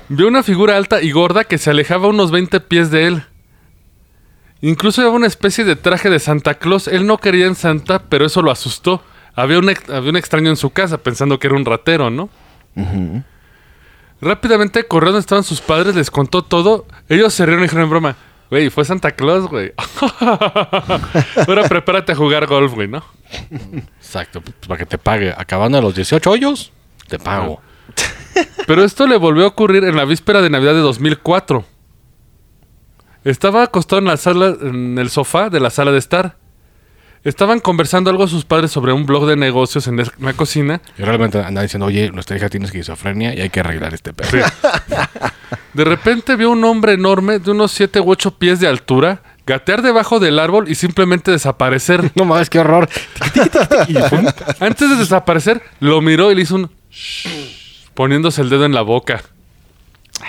Vio una figura alta y gorda que se alejaba unos 20 pies de él. Incluso llevaba una especie de traje de Santa Claus. Él no quería en Santa, pero eso lo asustó. Había un, ex- había un extraño en su casa pensando que era un ratero, ¿no? Rápidamente corrió donde estaban sus padres, les contó todo. Ellos se rieron y dijeron en broma: Güey, fue Santa Claus, güey. [LAUGHS] Ahora prepárate a jugar golf, güey, ¿no? Exacto, pues, para que te pague. Acabando a los 18 hoyos, te pago. Pero esto le volvió a ocurrir en la víspera de Navidad de 2004. Estaba acostado en la sala, en el sofá de la sala de estar. Estaban conversando algo sus padres sobre un blog de negocios en la- en la cocina. Y realmente andan diciendo, oye, nuestra hija tiene esquizofrenia y hay que arreglar este pedo. De repente vio un hombre enorme de unos 7 u 8 pies de altura gatear debajo del árbol y simplemente [LAUGHS] desaparecer. [LAUGHS] No mames, qué horror. Antes de desaparecer, lo miró y le hizo un shh, poniéndose el dedo en la boca.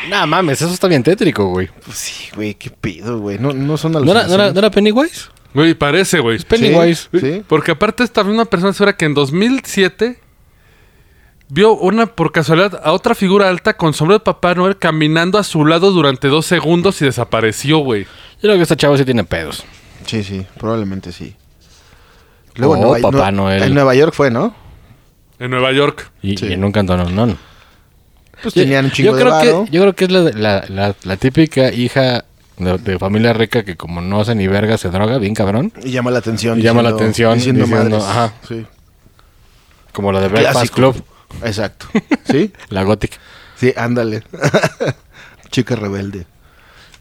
No mames, eso está bien tétrico, güey. Pues Sí, güey, qué pedo, güey. No, no son ¿No era, alucinaciones. no era- no era Pennywise? Güey, parece, güey. Pennywise. Sí, sí. Porque aparte esta misma persona asegura que en 2007 vio una por casualidad a otra figura alta con sombrero de Papá Noel caminando a su lado durante dos segundos y desapareció, güey. Yo creo que esta chava sí tiene pedos. Sí, sí, probablemente sí. Oh, Papá no- Noel. En Nueva York fue, ¿no? En Nueva York. Y, Sí. y en un cantón, no. no. Pues tenían un chingo yo de creo varo. que Yo creo que es la, la- la- la típica hija de, de familia rica que como no hace ni verga, se droga, bien cabrón. Y llama la atención. Y llama la atención Diciendo, diciendo, madres. ajá. Sí. Como la de Breakfast Clásico. Club, Exacto. ¿Sí? la gótica. Sí, ándale. [LAUGHS] Chica rebelde.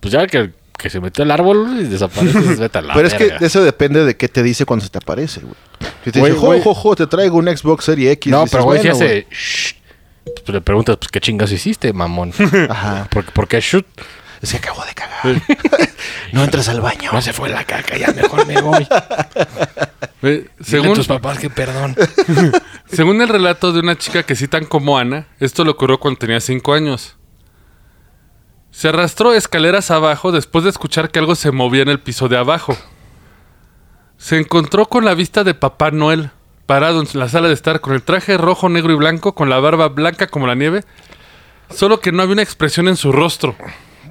Pues ya que, que se metió al árbol y desaparece, [LAUGHS] pues vete a la Pero es que verga. eso depende de qué te dice cuando se te aparece, güey. Si te Güey, dice, jo, güey. jo, jo, te traigo un Xbox Series X. No, dices, pero güey, si "Bueno, hace... "Shh", Pues le preguntas, pues, ¿qué chingas hiciste, mamón? [LAUGHS] Ajá. ¿Por, por qué shoot? Es que acabo de cagar. no entras al baño. No se fue la caca, ya mejor me [LAUGHS] voy. Güey, Eh, Según según, tus papás que [LAUGHS] perdón. según el relato de una chica que citan como Ana, esto le ocurrió cuando tenía cinco años. Se arrastró escaleras abajo después de escuchar que algo se movía en el piso de abajo. Se encontró con la vista de Papá Noel, parado en la sala de estar con el traje rojo, negro y blanco, con la barba blanca como la nieve, solo que no había una expresión en su rostro.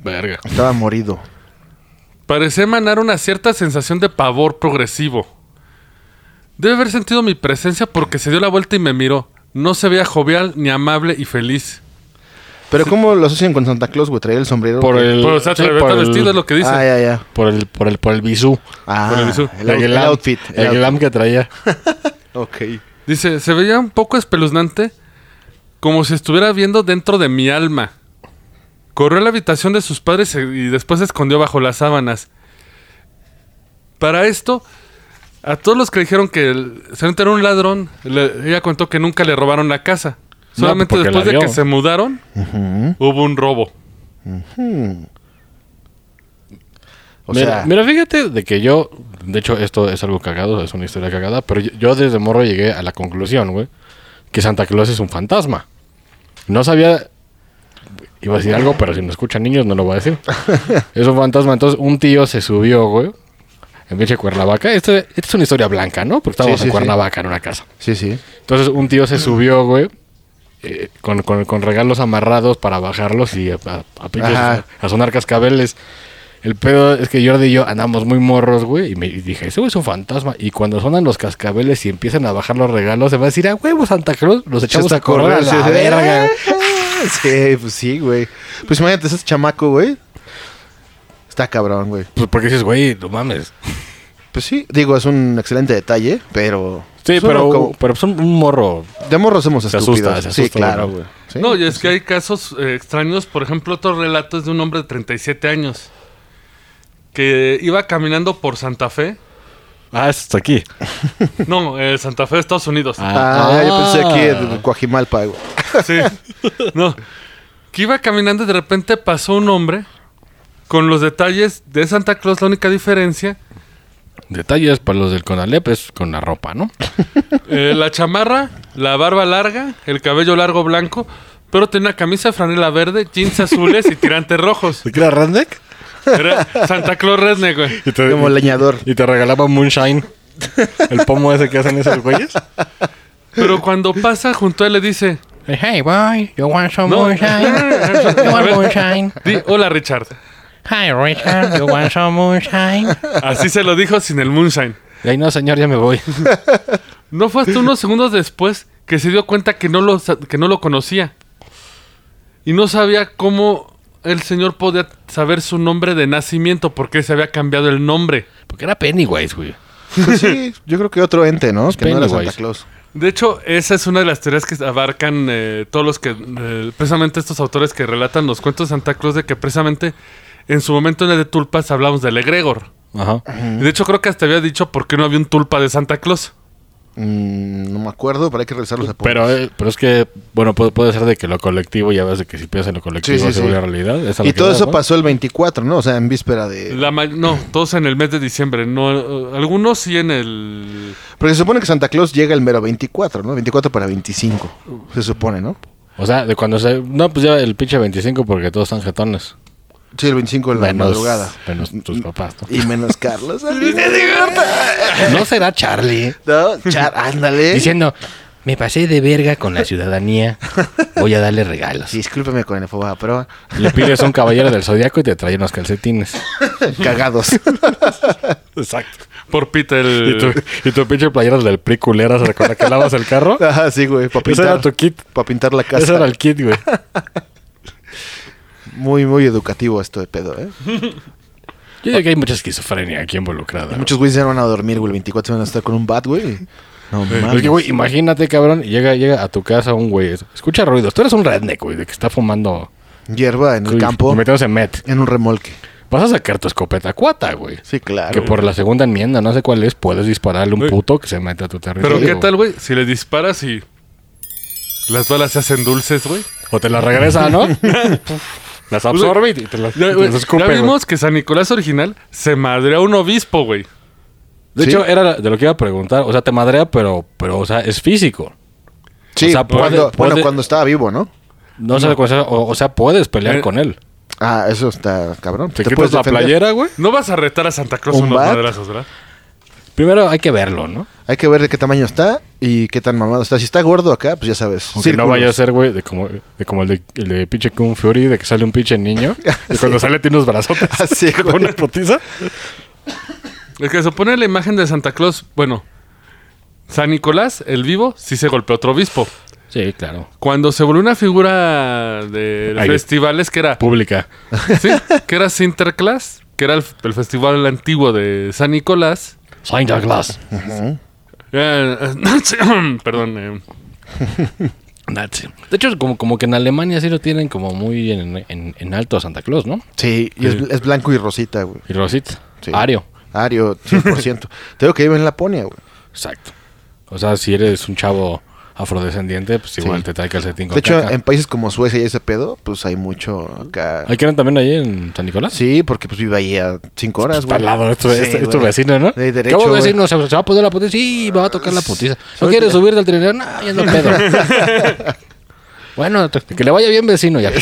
Verga. Estaba morido. Parecía emanar una cierta sensación de pavor progresivo. Debe haber sentido mi presencia porque se dio la vuelta y me miró. No se veía jovial, ni amable y feliz. Pero ¿cómo lo asocian con Santa Claus, güey? Traía el sombrero. Por el... Pero, o sea, sí, se le ve por todo el- vestido, es lo que dice. Ah, ya, ya. Por el, por el, por el bisú. Ah, Por el visor. el, out- el glam- outfit. El, out- glam que traía. Ok. Dice, se veía un poco espeluznante, como si estuviera viendo dentro de mi alma. Corrió a la habitación de sus padres eh, y después se escondió bajo las sábanas. Para esto, a todos los que dijeron que el Santa era un ladrón, le- ella contó que nunca le robaron la casa. No, Solamente porque la después de que vio. se mudaron, hubo un robo. O mira, sea, mira, fíjate de que yo... De hecho, esto es algo cagado, es una historia cagada. Pero yo, yo desde morro llegué a la conclusión, güey. Que Santa Claus es un fantasma. No sabía... Iba a decir algo, pero si me escuchan niños no lo voy a [LAUGHS] decir. es un fantasma. Entonces, un tío se subió, güey. En pinche Cuernavaca. Este- Esta es una historia blanca, ¿no? Porque estábamos Sí, sí, en sí. Cuernavaca, en una casa. sí, sí. Entonces un tío se subió, güey, eh, con, con- con regalos amarrados para bajarlos y a, a- a pinches- Ajá. a sonar cascabeles. El pedo es que Jordi y yo andamos muy morros, güey, y me y dije, ese güey es un fantasma. Y cuando sonan los cascabeles y empiezan a bajar los regalos, se va a decir, ah, huevo, Santa Cruz, los echamos Echas a correr a la sí, sí. verga. güey". [LAUGHS] Sí, pues sí, güey. Pues imagínate, ese chamaco, güey. Está cabrón, güey. Pues porque dices, güey, no mames. Pues sí, digo, es un excelente detalle, pero. Sí, pues uno pero, como- pero son un morro. De morro somos Se estúpidos. asusta, se sí, asusta, claro, güey. güey. Sí. No, y es que hay casos eh, extraños. Por ejemplo, otro relato es de un hombre de 37 años que iba caminando por Santa Fe. Ah, eso está aquí. No, eh, Santa Fe de Estados Unidos. Ah, yo pensé aquí en Coajimalpa, güey. Sí. No. Que iba caminando y de repente pasó un hombre con los detalles de Santa Claus. La única diferencia, Detalles para los del Conalep es con la ropa, ¿no? eh, la chamarra, la barba larga, el cabello largo blanco, pero tenía una camisa de franela verde, jeans azules y tirantes rojos. ¿Te era Randek? Era Santa Claus Resne, güey. [LAUGHS] Y te, Como leñador. y te regalaba Moonshine. El pomo ese que hacen esos güeyes. Pero cuando pasa junto a él le dice, Hey, hey, boy, you want some No. [LAUGHS] moonshine? you want moonshine? di, hola Richard. Hi, Richard, you want some moonshine? Así se lo dijo sin el moonshine. Y ahí no, señor, ya me voy. No fue hasta unos segundos después que se dio cuenta que no lo, sa- que no lo conocía. Y no sabía cómo el señor podía saber su nombre de nacimiento, porque se había cambiado el nombre. Porque era Pennywise, güey. Pues [LAUGHS] sí, yo creo que otro ente, ¿no? Que no era Pennywise. Santa Claus. De hecho, esa es una de las teorías que abarcan eh, todos los que, eh, precisamente estos autores que relatan los cuentos de Santa Claus, de que precisamente en su momento en el de Tulpas hablamos del egregor. Ajá. Y De hecho, creo que hasta había dicho por qué no había un tulpa de Santa Claus. Mm, no me acuerdo, pero hay que revisar los apuntes. Pero, eh, pero es que, bueno, puede, puede ser de que lo colectivo, ya ves de que si piensas en lo colectivo, Sí, sí, se sí. vuelve realidad. Esa es la y que todo da, eso ¿no? pasó el 24, ¿no? O sea, en víspera de... La may- no, todos en el mes de diciembre. No, eh, algunos sí en el Porque se supone que Santa Claus llega el mero 24, ¿no? 24 para 25, se supone, ¿no? O sea, de cuando se. No, pues ya el pinche 25 porque todos están jetones. Sí, el 25 Pues de la madrugada. Mm, menos tus papás. Y [LAUGHS] menos Carlos. ¿no? no será Charlie. no, Char, ándale. Diciendo, me pasé de verga con la ciudadanía, voy a darle regalos. Discúlpeme con el foba, pero [LAUGHS] Le pides un caballero del zodiaco y te trae unos calcetines. [LAUGHS] cagados. Exacto. Por Peter. Y tu, y tu pinche playera del PRI culera, ¿se recuerda que lavas el [LAUGHS] carro? Ajá, sí, güey, para Ese era pintar, tu kit. para pintar la casa. Ese era el kit, güey. Muy, muy educativo esto de pedo, ¿eh? Yo digo que hay mucha esquizofrenia aquí involucrada. Muchos güeyes se van a dormir, güey, el 24 se van a estar con un bat, güey. No güey. mames. Es que, güey, imagínate, cabrón, y llega, llega a tu casa un güey. Escucha ruidos. Tú eres un redneck, güey, de que está fumando. Hierba en el y- campo, Y metiéndose en met. en un remolque. Vas a sacar tu escopeta cuata, güey. Sí, Que claro. por la segunda enmienda, no sé cuál es, puedes dispararle a un Güey. puto que se mete a tu territorio. Pero qué güey. tal, güey, si le disparas y las balas se hacen dulces, güey. O te la regresa, [LAUGHS] ¿no? las absorbe y te las, Ya, te güey, las ya escupe, güey. vimos que San Nicolás original se madreó a un obispo, güey. De Sí. hecho, era de lo que iba a preguntar. O sea, te madrea, pero, pero o sea, es físico. Sí, o sea, cuando, puede- bueno, puede- cuando estaba vivo, ¿no? No, sé, o sea, o, o sea, puedes pelear Eh, con él. Ah, eso está cabrón. Te, quitas la defender. playera, güey. No vas a retar a Santa Claus ¿Un unos bat? madrazos, ¿verdad? Primero hay que verlo, ¿no? Hay que ver de qué tamaño está y qué tan mamado está. Si está gordo acá, pues ya sabes. Aunque no Círculos. vaya a ser, güey, de como, de como el, de, el de pinche Kung Fury, de que sale un pinche [LAUGHS] niño. Y cuando sale tiene unos brazotes. [LAUGHS] Así, con una potiza. El que se opone a la imagen de Santa Claus, bueno, San Nicolás, el vivo, sí se golpeó a otro obispo. Sí, claro. Cuando se volvió una figura de Ay, festivales que era, Pública. sí, que era Sinterklaas, que era el, el festival antiguo de San Nicolás. Santa [LAUGHS] Claus. Eh, [COUGHS] perdón, eh, Nazi. De hecho, como, como que en Alemania sí lo tienen como muy en, en, en alto a Santa Claus, ¿no? Sí, y es, es blanco y rosita, güey. Y Rosita. Sí. Ario. Ario, [LAUGHS] 100%. Te digo que vive en Laponia, güey. Exacto. O sea, si eres un chavo afrodescendiente, pues igual Sí. te trae calcetín con De hecho, em- caca. en países como Suecia y ese pedo, pues hay mucho acá. ¿Hay que eran también ahí en San Nicolás? Sí, porque pues vive ahí a cinco horas, güey. Al lado, esto, Sí, esto- esto güey. vecino, ¿no? De derecho, ¿Cómo güey. Ah, vecino? ¿Se, se va a poner la putiza? Sí, me va a tocar la putiza. ¿No quieres subir del trineo? No, ya no pedo. [LAUGHS] bueno, te- que le vaya bien, vecino. Ya.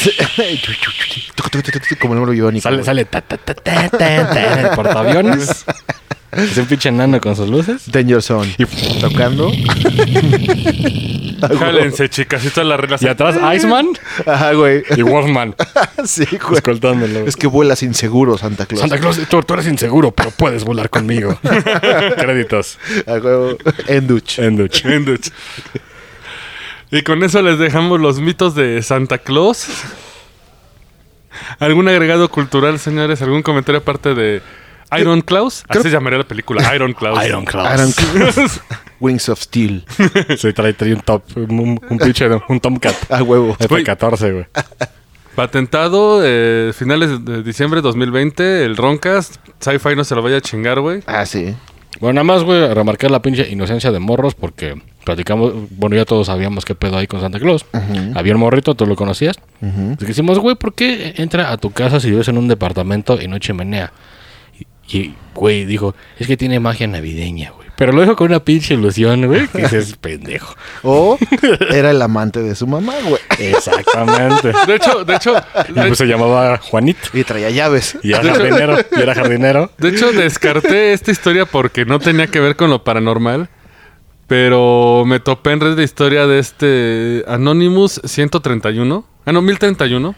como el número iónico. sale, güey. [LAUGHS] sale. Ta, ta, ta, ta, ta, ta, el [LAUGHS] portaaviones. Es un pinche enano con sus luces. Danger Zone. Tocando. [LAUGHS] [LAUGHS] jálense, chicas, y todas las reglas. Y [LAUGHS] atrás Iceman Ajá, Ah, güey. y Wolfman. [LAUGHS] Sí, güey. Escoltándolo. Es que vuelas inseguro, Santa Claus. Santa Claus, tú, tú eres inseguro, pero puedes volar conmigo. Créditos. Ah, A huevo. Enduch. Enduch. Enduch. Y con eso les dejamos los mitos de Santa Claus. ¿Algún agregado cultural, señores? ¿Algún comentario aparte de Iron Claus? Así se llamaría la película, Iron Claus. Iron Claus. Iron Wings of Steel. Se trae, trae un top, un, un pinche, un Tomcat. A huevo. F14, güey. [LAUGHS] Patentado, eh, finales de diciembre de 2020, el Roncast. Sci-Fi no se lo vaya a chingar, güey. Ah, sí. Bueno, nada más, güey, remarcar la pinche inocencia de morros porque platicamos, bueno, ya todos sabíamos qué pedo hay con Santa Claus. Había un morrito, tú lo conocías. Así que decimos, güey, ¿por qué entra a tu casa si vives en un departamento y no hay chimenea? Y- Y, güey, dijo, es que tiene magia navideña, güey. Pero lo dijo con una pinche ilusión, güey, que dices, [LAUGHS] pendejo. O era el amante de su mamá, güey. [LAUGHS] Exactamente. De hecho, de hecho, Y pues se llamaba Juanito. Y traía llaves. Y [LAUGHS] era jardinero. Y era [LAUGHS] jardinero. De hecho, descarté esta historia porque no tenía que ver con lo paranormal. Pero me topé en red de historia de este Anonymous 131. Ah, no, 1031.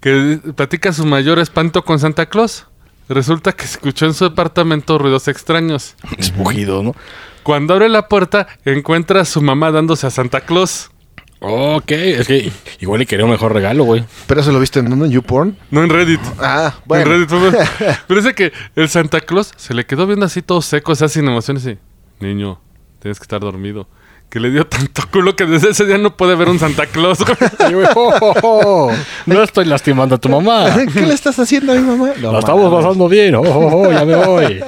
Que platica su mayor espanto con Santa Claus. Resulta que escuchó en su departamento ruidos extraños. Espujido, ¿no? Cuando abre la puerta, encuentra a su mamá dándose a Santa Claus. Ok, es que igual le quería un mejor regalo, güey. Pero eso lo viste en dónde? en YouPorn. No en Reddit. Ah, En bueno. Reddit, fue- [LAUGHS] Pero dice que el Santa Claus se le quedó viendo así todo seco, o sea, sin emociones y... Niño, tienes que estar dormido. Que le dio [LAUGHS] tanto culo que desde ese día no puede ver un Santa Claus. güey. [LAUGHS] Y, güey, oh, oh, oh, [LAUGHS] No estoy lastimando a tu [LAUGHS] mamá. ¿Qué le estás haciendo a mi mamá? No, La Ah. estamos mames. pasando bien. Oh, oh, oh, ya me voy.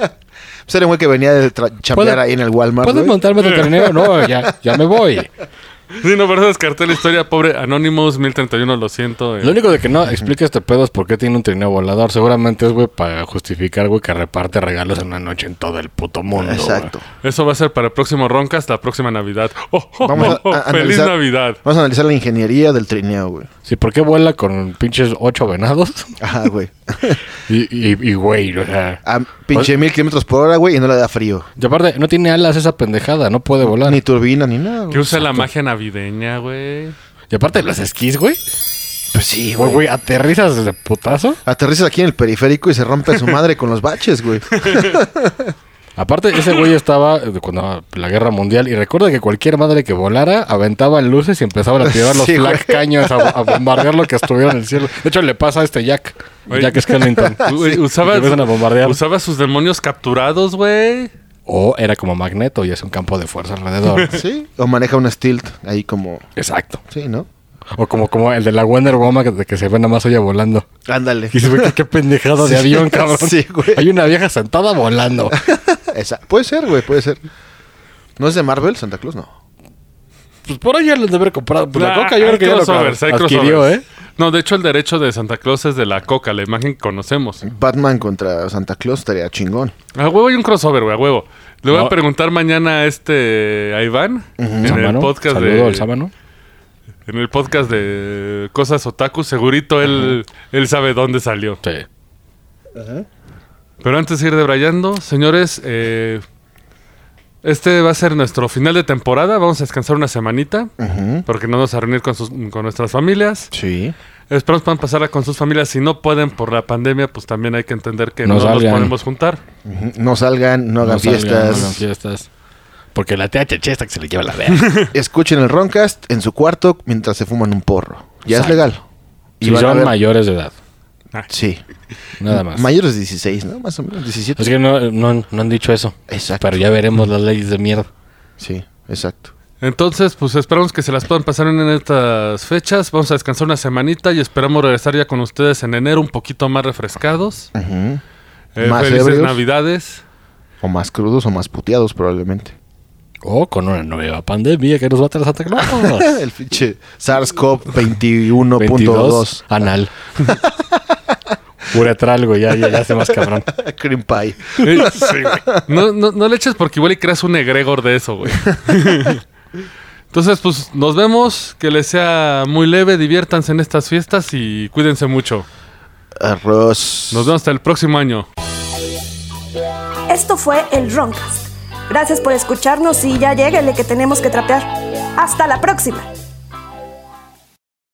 Pues era un güey que venía de tra- chambear ¿Puedo- ahí en el Walmart. ¿Puedes güey. montarme [LAUGHS] tu trineo? No, ya, ya me voy. sí, no, pero descarté la historia. Pobre Anonymous 1031, lo siento. eh. Lo único de que no explica este pedo es por qué tiene un trineo volador. Seguramente es, güey, para justificar, güey, que reparte regalos en una noche en todo el puto mundo. güey. [LAUGHS] Exacto. Eso va a ser para el próximo Roncast, la próxima Navidad. [LAUGHS] Oh, oh, Vamos oh, oh, a, a ¡Feliz analizar- Navidad! Vamos a analizar la ingeniería del trineo, güey. Sí, ¿por qué vuela con pinches ocho venados? Ajá, güey. Y, y, y, güey, o sea... A pinche mil kilómetros por hora, güey, y no le da frío. Y aparte, no tiene alas esa pendejada, no puede volar. Ni turbina, ni nada, Que güey. usa la magia navideña, [LAUGHS] güey. Y aparte, los esquís, güey. Pues sí, Güey, güey. güey, aterrizas de putazo. Aterrizas aquí en el periférico y se rompe su madre con los baches, güey. Aparte, ese güey estaba eh, cuando la guerra mundial. Y recuerda que cualquier madre que volara aventaban luces y empezaban a tirar los Sí, black güey. caños a, a bombardear lo que estuviera en el cielo. De hecho, le pasa a este Jack. Oye. Jack Skellington. [LAUGHS] Ah, Güey, Y usaba, empiezan a bombardear. usaba sus demonios capturados, güey. O era como magneto y es un campo de fuerza [LAUGHS] alrededor. Sí. O maneja un stilt ahí como. Exacto. Sí, ¿no? O como, como el de la Wonder Woman que, de que se ve nada más ella volando. Ándale. Y dices, [LAUGHS] güey, qué, qué pendejada de [LAUGHS] Sí, avión, cabrón. sí, güey. Hay una vieja sentada volando. Esa- Puede ser, güey, puede ser. ¿No es de Marvel, Santa Claus? No. Pues por ahí ya les debe haber comprado. Pues la Ah, coca yo hay creo que ya lo crossovers, hay adquirió, crossovers. ¿eh? No, de hecho el derecho de Santa Claus es de la coca, la imagen que conocemos. Batman contra Santa Claus estaría chingón. A huevo hay un crossover, güey, a huevo. Le voy No. a preguntar mañana a este a Iván en el Sábano. podcast Saludo de al sábano. en el podcast de cosas otaku, segurito él él sabe dónde salió. Sí. Pero antes de ir debrayando, señores, eh, este va a ser nuestro final de temporada. Vamos a descansar una semanita porque no nos vamos a reunir con sus- con nuestras familias. Sí. Esperamos puedan pasarla con sus familias. Si no pueden por la pandemia, pues también hay que entender que no No nos salgan. podemos juntar. No salgan, no hagan No salgan, fiestas. no hagan fiestas. Porque la THC está que se le lleva la verga. [LAUGHS] Escuchen el Roncast en su cuarto mientras se fuman un porro. Ya Exacto. es legal. y van a son ver- mayores de edad. Sí. Nada más. Mayores de 16, ¿no? Más o menos, 17. es que no, no- no han dicho eso. Exacto. Pero ya veremos las leyes de mierda. Sí, exacto. Entonces, pues esperamos que se las puedan pasar en estas fechas. Vamos a descansar una semanita y esperamos regresar ya con ustedes en enero un poquito más refrescados. Ujú. Eh, Más felices ebrios. Navidades. O más crudos o más puteados probablemente. [LAUGHS] O con una nueva pandemia que nos va a traer Santa Claus. [LAUGHS] el pinche SARS-CoV-21.2. [LAUGHS] Anal. Uretral, güey. Ya, ya, ya hace más cabrón. [LAUGHS] Cream pie. Eh, no, no, no le eches porque igual y creas un egregor de eso, güey. Entonces, pues nos vemos. Que les sea muy leve. Diviértanse en estas fiestas y cuídense mucho. Arroz. Nos vemos hasta el próximo año. Esto fue el Roncast. Gracias por escucharnos y ya lléguenle que tenemos que trapear. ¡Hasta la próxima!